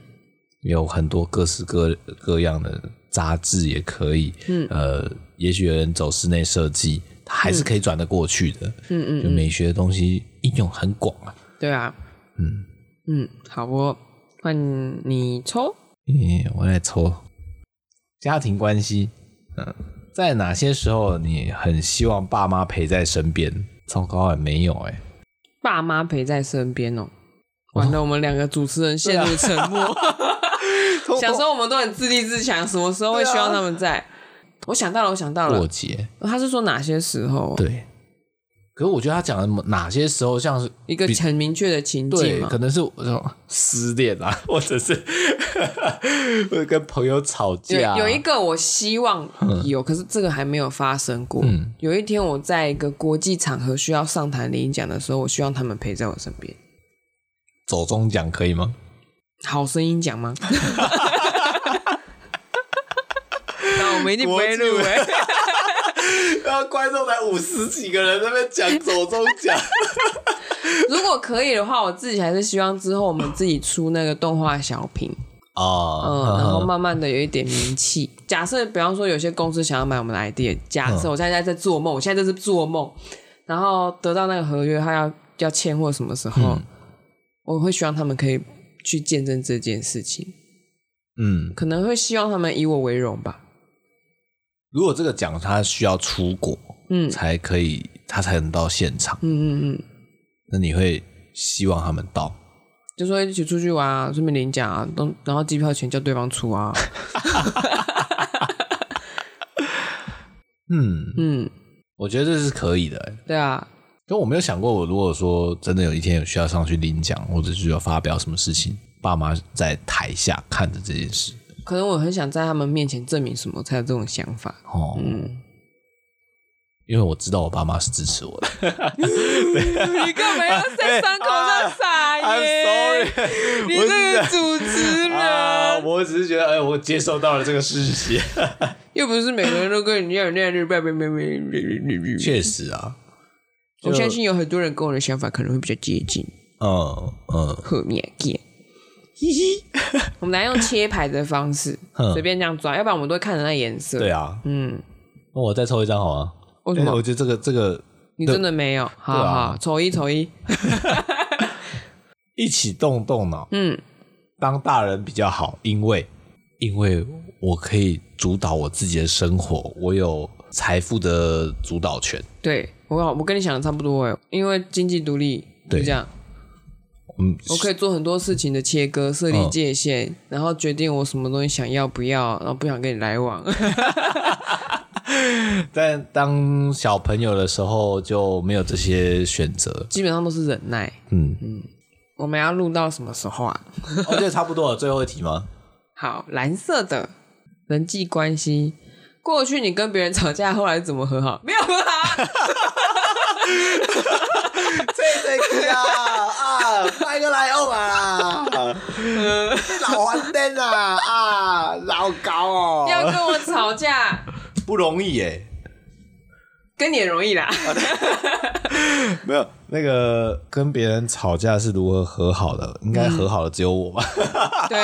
S2: 有很多各式各各样的杂志也可以。嗯，呃，也许有人走室内设计，他还是可以转得过去的。
S1: 嗯嗯嗯，
S2: 就美学的东西应用很广啊。
S1: 对啊，
S2: 嗯
S1: 嗯，好哦，换你抽。
S2: 咦，我来抽家庭关系。嗯，在哪些时候你很希望爸妈陪在身边？糟糕、欸，没有哎、
S1: 爸妈陪在身边哦。完了，我们两个主持人陷入沉默。 小时候我们都很自立自强，什么时候会希望他们在？ 我想到了，我想到
S2: 过
S1: 了，
S2: 节，
S1: 他是说哪些时候？
S2: 对。可是我觉得他讲的哪些时候像是
S1: 一个很明确的情境
S2: 对，
S1: 嘛
S2: 可。能是我这种失恋啊， 或者是或者跟朋友吵
S1: 有
S2: 架啊、
S1: 有一个我希望有，可是这个还没有发生过。
S2: 嗯
S1: 有一天我在一个国际场合需要上台领奖的时候，我希望他们陪在我身边。
S2: 走中奖可以吗？
S1: 好声音讲 吗？那我们一定不会欸入围。
S2: 国然后啊观众才五十几个人在那边讲走中奖，
S1: 如果可以的话，我自己还是希望之后我们自己出那个动画小品，嗯，
S2: 哦，
S1: 然后慢慢的有一点名气。假设比方说有些公司想要买我们的 idea，假设我现在在做梦，我现在就是做梦，然后得到那个合约，他要要签或什么时候，我会希望他们可以去见证这件事情，
S2: 嗯，
S1: 可能会希望他们以我为荣吧。
S2: 如果这个奖他需要出国，
S1: 嗯
S2: 才可以，他才能到现场。
S1: 嗯嗯嗯，
S2: 那你会希望他们到？
S1: 就说一起出去玩啊，顺便领奖啊，都然后机票钱叫对方出啊。
S2: 嗯，
S1: 嗯，
S2: 我觉得这是可以的、欸。
S1: 对啊，
S2: 可我没有想过，我如果说真的有一天有需要上去领奖，或者是要发表什么事情，爸妈在台下看着这件事。
S1: 可能我很想在他们面前证明什么，才有这种想法。
S2: 哦，因为我知道我爸妈是支持我 的。
S1: 你干嘛要在伤口上
S2: 哎
S1: 撒盐？ 你这个主持人
S2: 我只是觉得，哎，我接受到了这个事实。
S1: 又不是每
S2: 啊
S1: 个人都跟你一样那样日拜拜拜拜。
S2: 确实啊，
S1: 我相信有很多人跟我的想法可能会比较接近。
S2: 嗯嗯，
S1: 后面见，
S2: 嘻嘻，
S1: 我们来用切牌的方式
S2: 哼，
S1: 随便这样抓，要不然我们都会看着那颜色。
S2: 对啊。
S1: 嗯，
S2: 那我再抽一张好吗？
S1: 为什
S2: 哎我
S1: 么？
S2: 觉得这个这个
S1: 你真的没有？好
S2: 啊
S1: 好，丑一丑一。
S2: 一起动动脑，
S1: 嗯，
S2: 当大人比较好，因为因为我可以主导我自己的生活，我有财富的主导权。
S1: 对我好我跟你想的差不多哎，因为经济独立就
S2: 对
S1: 这样。
S2: 嗯，
S1: 我可以做很多事情的切割、设立界限，然后决定我什么东西想要不要，然后不想跟你来往。
S2: 但当小朋友的时候就没有这些选择。
S1: 基本上都是忍耐。
S2: 嗯，
S1: 我们要录到什么时候啊？
S2: 我觉得哦差不多了。最后一题吗？
S1: 好，蓝色的人际关系，过去你跟别人吵架，后来怎么和好？没有和 好啊，
S2: 这这题啊啊，快过来欧啊！老黄灯啊啊，老高
S1: 要
S2: 哦，
S1: 跟我吵架，
S2: 不容易耶。
S1: 跟你很容易啦。
S2: 没有那个跟别人吵架是如何和好的？应该和好的只有我吧。
S1: 对，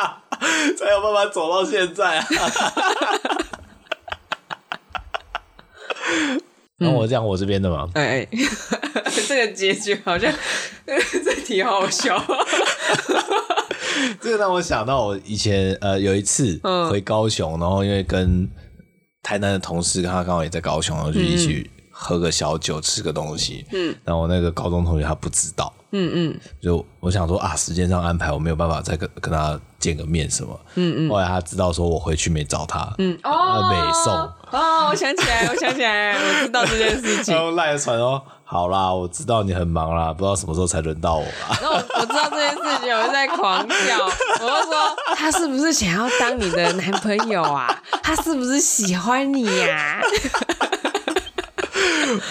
S2: 才有办法走到现在啊。那我讲我这边的嘛，
S1: 哎哎， 这个结局好像 这题好好 笑。
S2: 啊这个让我想到我以前呃有一次
S1: 嗯
S2: 回高雄，然后因为跟台南的同事，他刚好也在高雄，然后就一起喝个小酒，吃个东西。嗯，然后我那个高中同学他不知道，
S1: 嗯嗯，
S2: 就我想说啊，时间上安排我没有办法再跟跟他见个面什么。嗯嗯，后来他知道说我回去没找他，嗯
S1: 哦，
S2: 美送。
S1: 哦，我想起来，我想起来，我知道这件事情
S2: 然。后赖传哦，好啦，我知道你很忙啦，不知道什么时候才轮到我啦。
S1: 然后我我知道这件事情，我就在狂笑，我就说他是不是想要当你的男朋友啊？他是不是喜欢你啊呀、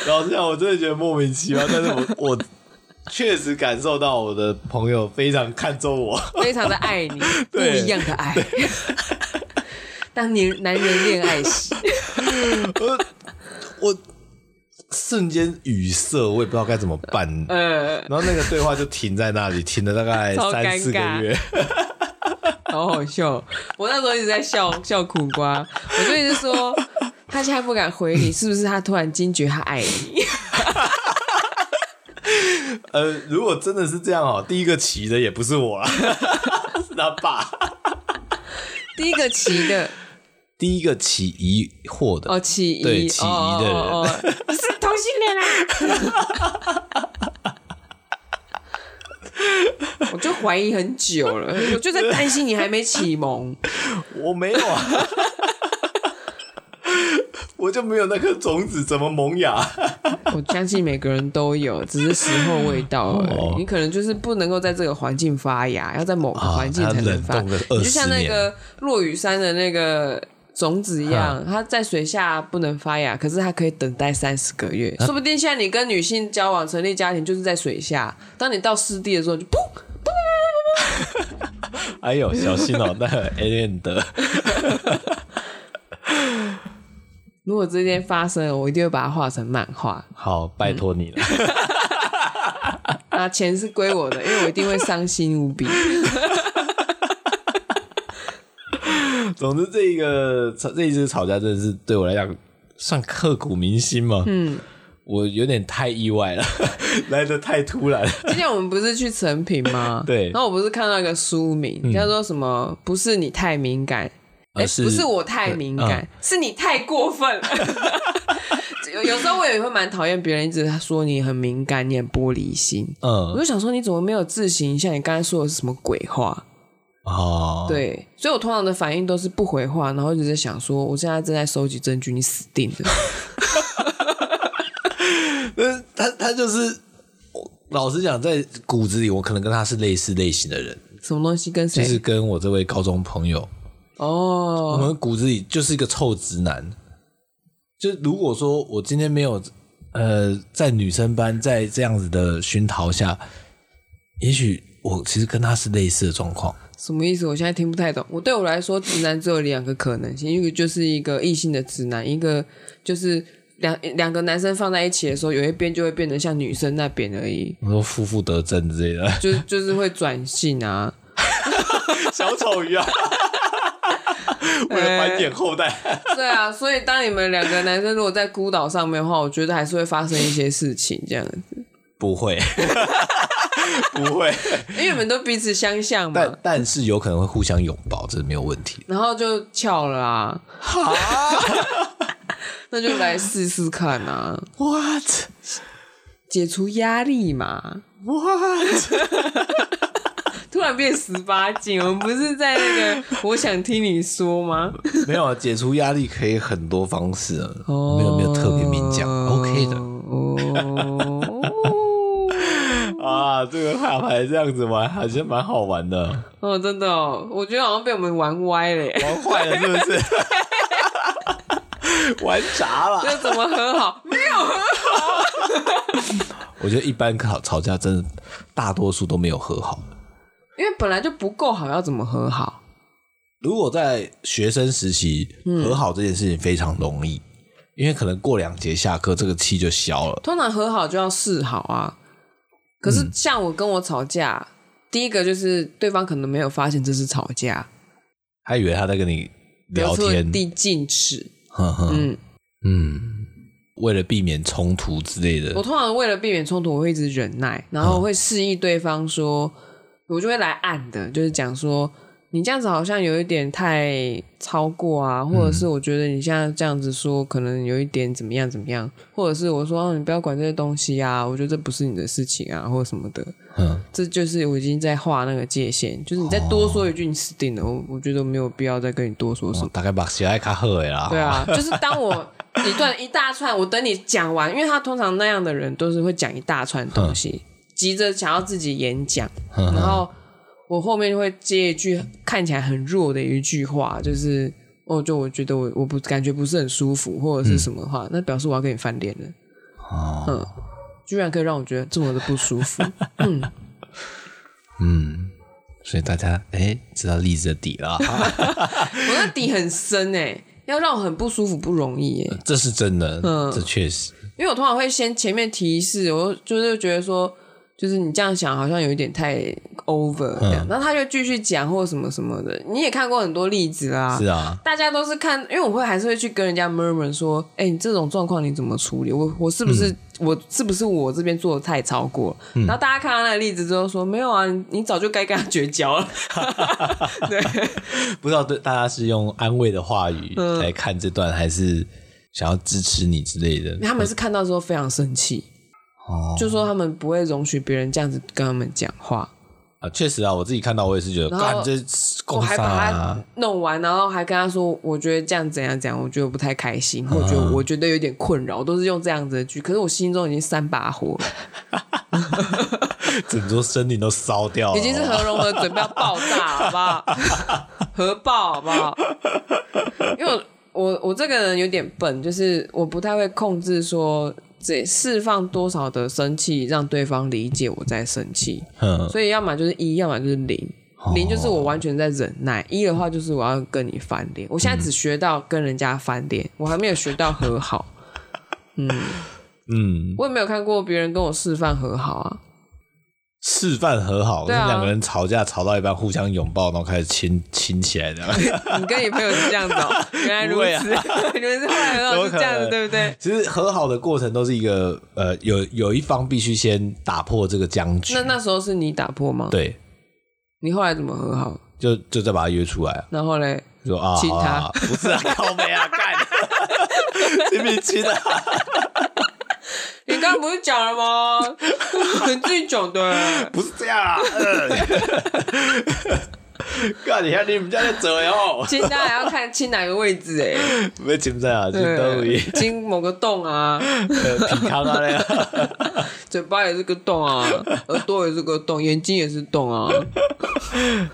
S2: 老实讲，我真的觉得莫名其妙，但是我我确实感受到我的朋友非常看重我。
S1: 非常的爱你，不
S2: 对
S1: 一样的 爱。当年男人恋爱时，
S2: 我瞬间语塞，我也不知道该怎么办。
S1: 呃，
S2: 然后那个对话就停在那里，停了大概
S1: 超尴尬
S2: 三四个月。
S1: 好好笑。我那时候一直在笑笑苦瓜，我就一直说他现在不敢回你，是不是他突然惊觉他爱你？
S2: 呃，如果真的是这样哦，第一个骑的也不是我啦， 是他爸。
S1: 第一个骑的
S2: 第一个起疑惑的
S1: 哦，起疑，
S2: 对起疑
S1: 哦
S2: 的人
S1: 哦哦哦你是同性啊恋啊！ 我就怀疑很久了，我就在担心你还没启蒙。
S2: 我没有啊， 我就没有那颗种子怎么萌芽？
S1: 我相信每个人都有，只是时候未到而已。
S2: 哦
S1: 你可能就是不能够在这个环境发芽，要在某个环境
S2: 啊
S1: 才能发。
S2: 它冷冻个
S1: 你就像
S2: 20
S1: 那
S2: 年
S1: 个落雨山的那个种子一样，它在水下不能发芽，可是它可以等待三十个月。
S2: 啊
S1: 说不定现在你跟女性交往、成立家庭，就是在水下。当你到湿地的时候，就噗，
S2: 哎呦，小心哦，那 alien 的
S1: 如果这件发生了，我一定会把它画成漫画。
S2: 好，拜托你了。
S1: 那钱是归我的，因为我一定会伤心无比。
S2: 总之，这一个吵这一次吵架真的是对我来讲算刻骨铭心嘛。嗯，我有点太意外了， 来的太突然了。？
S1: 今天我们不是去成品吗
S2: 对
S1: 然后我不是看到一个书名，叫做什么？不是你太敏感，哎、
S2: 而呃是
S1: 不是我太敏感，
S2: 嗯
S1: 是你太过 分了。有有时候我也会蛮讨厌别人一直说你很敏感，你很玻璃心。我
S2: 嗯，
S1: 就想说，你怎么没有自省一下？你刚才说的是什么鬼话？
S2: 哦，，
S1: 对，所以我通常的反应都是不回话，然后一直在想说，我现在正在收集证据，你死定了。
S2: 那他他就是，我老实讲，在骨子里，我可能跟他是类似类型的人，
S1: 什么东西跟
S2: 就
S1: 谁？
S2: 是跟我这位高中朋友，我
S1: 哦，
S2: 们骨子里就是一个臭直男。就如果说我今天没有，呃，在女生班在这样子的熏陶下，也许我其实跟他是类似的状况。
S1: 什么意思？我现在听不太懂。我对我来说，直男只有两个可能性，一个就是一个异性的直男，一个就是两两个男生放在一起的时候，有一边就会变得像女生那边而已，
S2: 我说负负得正之类的，
S1: 就就是会转性啊。
S2: 小丑鱼啊，为了繁衍后代，
S1: 对啊，所以当你们两个男生如果在孤岛上面的话，我觉得还是会发生一些事情这样子，
S2: 不会， 不会，
S1: 因为你们都彼此相像嘛
S2: 但。但是有可能会互相拥抱，这是没有问题的。
S1: 然后就翘了啊， 那就来试试看啊，
S2: What
S1: 解除压力嘛。
S2: what？
S1: 突然变十八禁，我们不是在那个我想听你说吗？
S2: 没有啊解除压力可以很多方式啊，
S1: 哦
S2: 没有没有特别明讲，OK 的。
S1: 哦，
S2: 啊，这个卡牌这样子玩还是蛮好玩的，
S1: 哦，真的哦，我觉得好像被我们玩歪了耶，
S2: 玩坏了是 不是？玩砸了。
S1: 这怎么和好？没有和
S2: 我觉得一般吵吵架真的大多数都没有和好。
S1: 因为本来就不够好，要怎么和好？
S2: 如果在学生时期
S1: 嗯
S2: 和好这件事情非常容易，因为可能过两节下课这个气就消了。
S1: 通常和好就要示好啊。可是像我跟我吵架，第一个就是对方可能没有发现这是吵架，
S2: 还以为他在跟你嗯聊
S1: 流
S2: 天
S1: 出，地禁止。
S2: 哼哼，
S1: 嗯，
S2: 嗯，为了避免冲突之类
S1: 我
S2: 的，
S1: 通常为了避免冲突，我会一直忍耐，然后会示意对方说，我就会来暗的，就是讲说你这样子好像有一点太超过啊，或者是我觉得你现在这样子说，可能有一点怎么样怎么样，或者是我说、啊、你不要管这些东西啊，我觉得这不是你的事情啊，或者什么的，
S2: 嗯，
S1: 这就是我已经在画那个界限，就是你再多说一句，你死定了。我我觉得没有必要再跟你多说什么。
S2: 大概把喜爱卡好的啦。
S1: 对， 啊，就是当我一段一大串，我等你讲完，因为他通常那样的人都是会讲一大串东西，急着想要自己演讲，
S2: 嗯
S1: 然后我后面就会接一句看起来很弱的一句话，就是哦，就我觉得我我不感觉不是很舒服，或者是什么话，那表示我要跟你翻脸了，
S2: 嗯
S1: 嗯
S2: 哦，
S1: 居然可以让我觉得这么的不舒 服，
S2: 嗯，所以大家哎知道栗子的底 了，
S1: 我那底很深哎、要让我很不舒服不容易欸耶、
S2: 这是真的，
S1: 嗯
S2: 这确实，
S1: 因为我通常会先前面提示，我就是觉得说，就是你这样想好像有一点太 over 这样，那、他就继续讲或什么什么的。你也看过很多例子啦，
S2: 是啊，
S1: 大家都是看，因为我会还是会去跟人家 murmur 说，哎、你这种状况你怎么处理？我我是不是、我是不是我这边做的太超过了？然后大家看到那个例子之后说，没有啊，你你早就该跟他绝交了。对，
S2: 不知道对大家是用安慰的话语
S1: 嗯
S2: 来看这段，还是想要支持你之类的？
S1: 他们是看到之后非常生气，
S2: 哦，
S1: 就说他们不会容许别人这样子跟他们讲话。
S2: 啊，确实啊，我自己看到我也是觉得，
S1: 然后
S2: 干这
S1: 我
S2: 共
S1: 还
S2: 犯
S1: 把
S2: 啊
S1: 他，弄完，然后还跟他说，我觉得这样怎样怎样，我觉得我不太开心，或者我觉得我觉得有点困扰，我都是用这样子的句，可是我心中已经三把火了，
S2: 整座森林都烧掉了，哦
S1: 已经是核融合准备要爆炸，好不好？核爆，好不好？因为我我我这个人有点笨，就是我不太会控制说这释放多少的生气，让对方理解我在生气，
S2: 嗯哦
S1: 所以要么就是一，要么就是零。零就是我完全在忍耐，一的话就是我要跟你翻脸。我现在只学到跟人家翻脸，我还没有学到和 好。
S2: 嗯，
S1: 我也没有看过别人跟我示范和好啊。
S2: 示范和好，就
S1: 对啊
S2: 是两个人吵架吵到一半互相拥抱，然后开始亲亲起来的。
S1: 你跟你朋友是这样子 哦、原来如
S2: 不会啊
S1: 此， 你们是后来和好是这样子，
S2: 怎么可能
S1: 对不对？
S2: 其实和好的过程都是一个呃，有有一方必须先打破这个僵局
S1: 那，那时候是你打破吗？
S2: 对，
S1: 你后来怎么和好？
S2: 就就再把他约出来啊，
S1: 然后嘞，
S2: 说啊，
S1: 亲
S2: 好
S1: 他
S2: 啊好啊不是啊，靠背啊，干，亲不亲啊？
S1: 你刚刚不是讲了 吗？ 你自己讲的。
S2: 不是这样啊，呃 干、你看你们家在走 哦，
S1: 亲当然要看亲哪个位置哎、
S2: 没亲在啊，亲到
S1: 对
S2: 位，，
S1: 亲某个洞啊，
S2: 呃皮康啊那 样，
S1: 嘴巴也是个洞啊，耳朵也是个洞，眼睛也是洞 啊。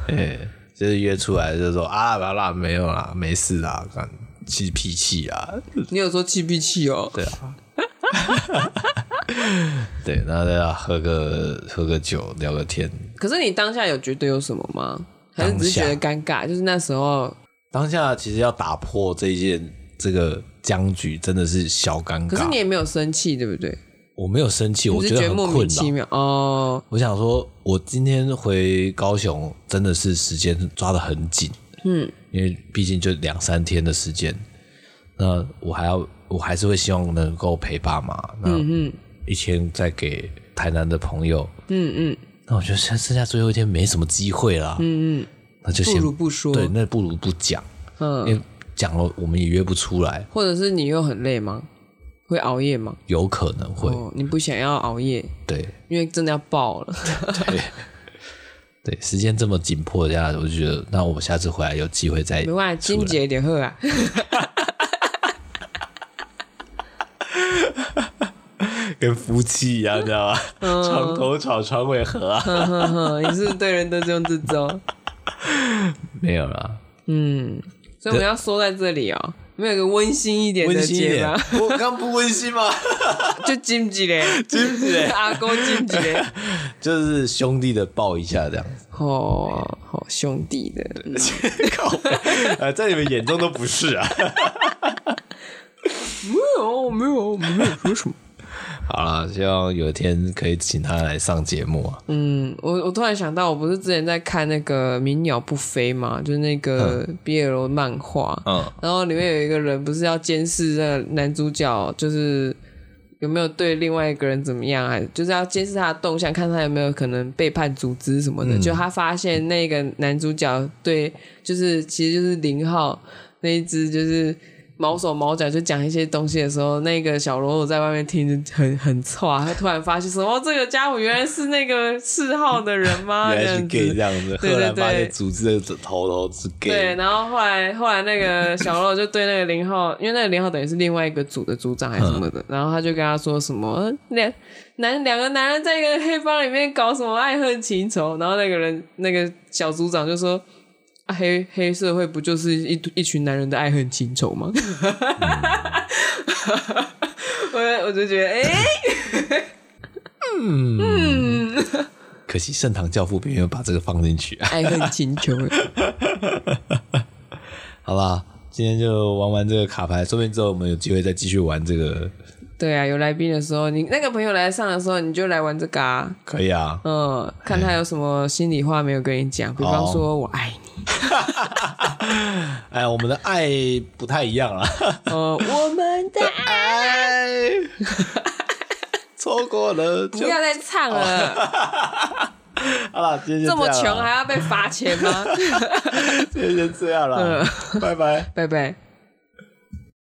S2: 哎，就是约出来就说啊，不要啦，没有啦，没事啦，干气脾气啊，
S1: 你有说气不气哦？
S2: 对啊，对，然后大家喝个喝个酒，聊个天。
S1: 可是你当下有觉得有什么吗？还是只是觉
S2: 当下
S1: 得尴尬？就是那时候，
S2: 当下其实要打破这一件这个僵局，真的是小尴尬。
S1: 可是你也没有生气，对不对？
S2: 我没有生气，
S1: 你
S2: 我
S1: 是
S2: 觉得
S1: 觉得
S2: 很
S1: 莫
S2: 困
S1: 名其
S2: 扰。
S1: 妙哦。
S2: 我想说，我今天回高雄真的是时间抓得很紧，嗯，因为毕竟就两三天的时间，那我还要，我还是会希望能够陪爸妈，那一天再给台南的朋友，
S1: 嗯嗯，
S2: 那我觉得剩剩下最后一天没什么机会啦，嗯嗯，那就
S1: 不
S2: 先
S1: 如不说。
S2: 对，那不如不讲，
S1: 嗯，
S2: 因为讲了我们也约不出来，
S1: 或者是你又很累吗？会熬夜吗？
S2: 有可能会、
S1: 哦，你不想要熬夜，
S2: 对
S1: 因为真的要爆了。
S2: 对对，时间这么紧迫下，我就觉得那我们下次回来有机会再
S1: 没办法，金姐点喝啊。
S2: 跟夫妻一样，你知道吗？
S1: 嗯
S2: 床头吵，床尾和啊，
S1: 哼哼哼，你是不是对人都是用这招。
S2: 没有啦，
S1: 所以我们要说在这里哦，没有一个温馨一点
S2: 温
S1: 的
S2: 馨一
S1: 节
S2: 点
S1: 吗？，
S2: 我刚不温馨吗？
S1: 就金吉嘞，金吉嘞， 阿公金吉嘞，
S2: 就是兄弟的抱一下这 样子，
S1: 哦，好兄弟的，嗯
S2: 靠北，呃，在你们眼中都不是啊。
S1: 没有啊没有没有说什么。
S2: 好了，希望有一天可以请他来上节目啊。
S1: 嗯，我我突然想到，我不是之前在看那个《鸣鸟不飞》嘛，就是那个 BL 漫画，
S2: 嗯
S1: 然后里面有一个人不是要监视那个男主角，就是有没有对另外一个人怎么样啊？就是要监视他的动向，看他有没有可能背叛组织什么
S2: 嗯
S1: 的。就他发现那个男主角对，就是其实就是零号那一只，就是毛手毛脚就讲一些东西的时候，那个小喽啰在外面听着很 很错啊，他突然发现说：“哦，这个家伙原来是那个嗜好的人吗？”
S2: 原来是 gay
S1: 这样子
S2: 这样子，
S1: 啊对
S2: 赫然
S1: 对
S2: 发
S1: 对
S2: 现组织的头头是 gay，
S1: 对，然后后来后来那个小肉就对那个零号，因为那个零号等于是另外一个组的组长还是什么的，然后他就跟他说什么呃两男两个男人在一个黑帮里面搞什么爱恨情仇，然后那个人那个小组长就说。啊、黑黑社会不就是一一群男人的爱恨情仇吗？嗯 我我就觉得，哎、
S2: 可惜盛唐教父并没有把这个放进 去啊。
S1: 爱恨情仇，
S2: 好吧，今天就玩玩这个卡牌，说不定之后我们有机会再继续玩这个，
S1: 对啊，有来宾的时候，你那个朋友来上的时候，你就来玩这个啊。
S2: 可以啊。
S1: 嗯，看他有什么心里话没有跟你
S2: 哎
S1: 讲，比方说我爱你，
S2: 哎，我们的爱不太一样啊，
S1: 呃，我们的爱
S2: 爱哎错过了
S1: 不
S2: 就
S1: 要再唱了，
S2: 好了，今天就
S1: 这么
S2: 样
S1: 穷啊
S2: 了，
S1: 还要被罚钱吗？ 嗯
S2: 今天就这样了，拜拜。
S1: 拜拜。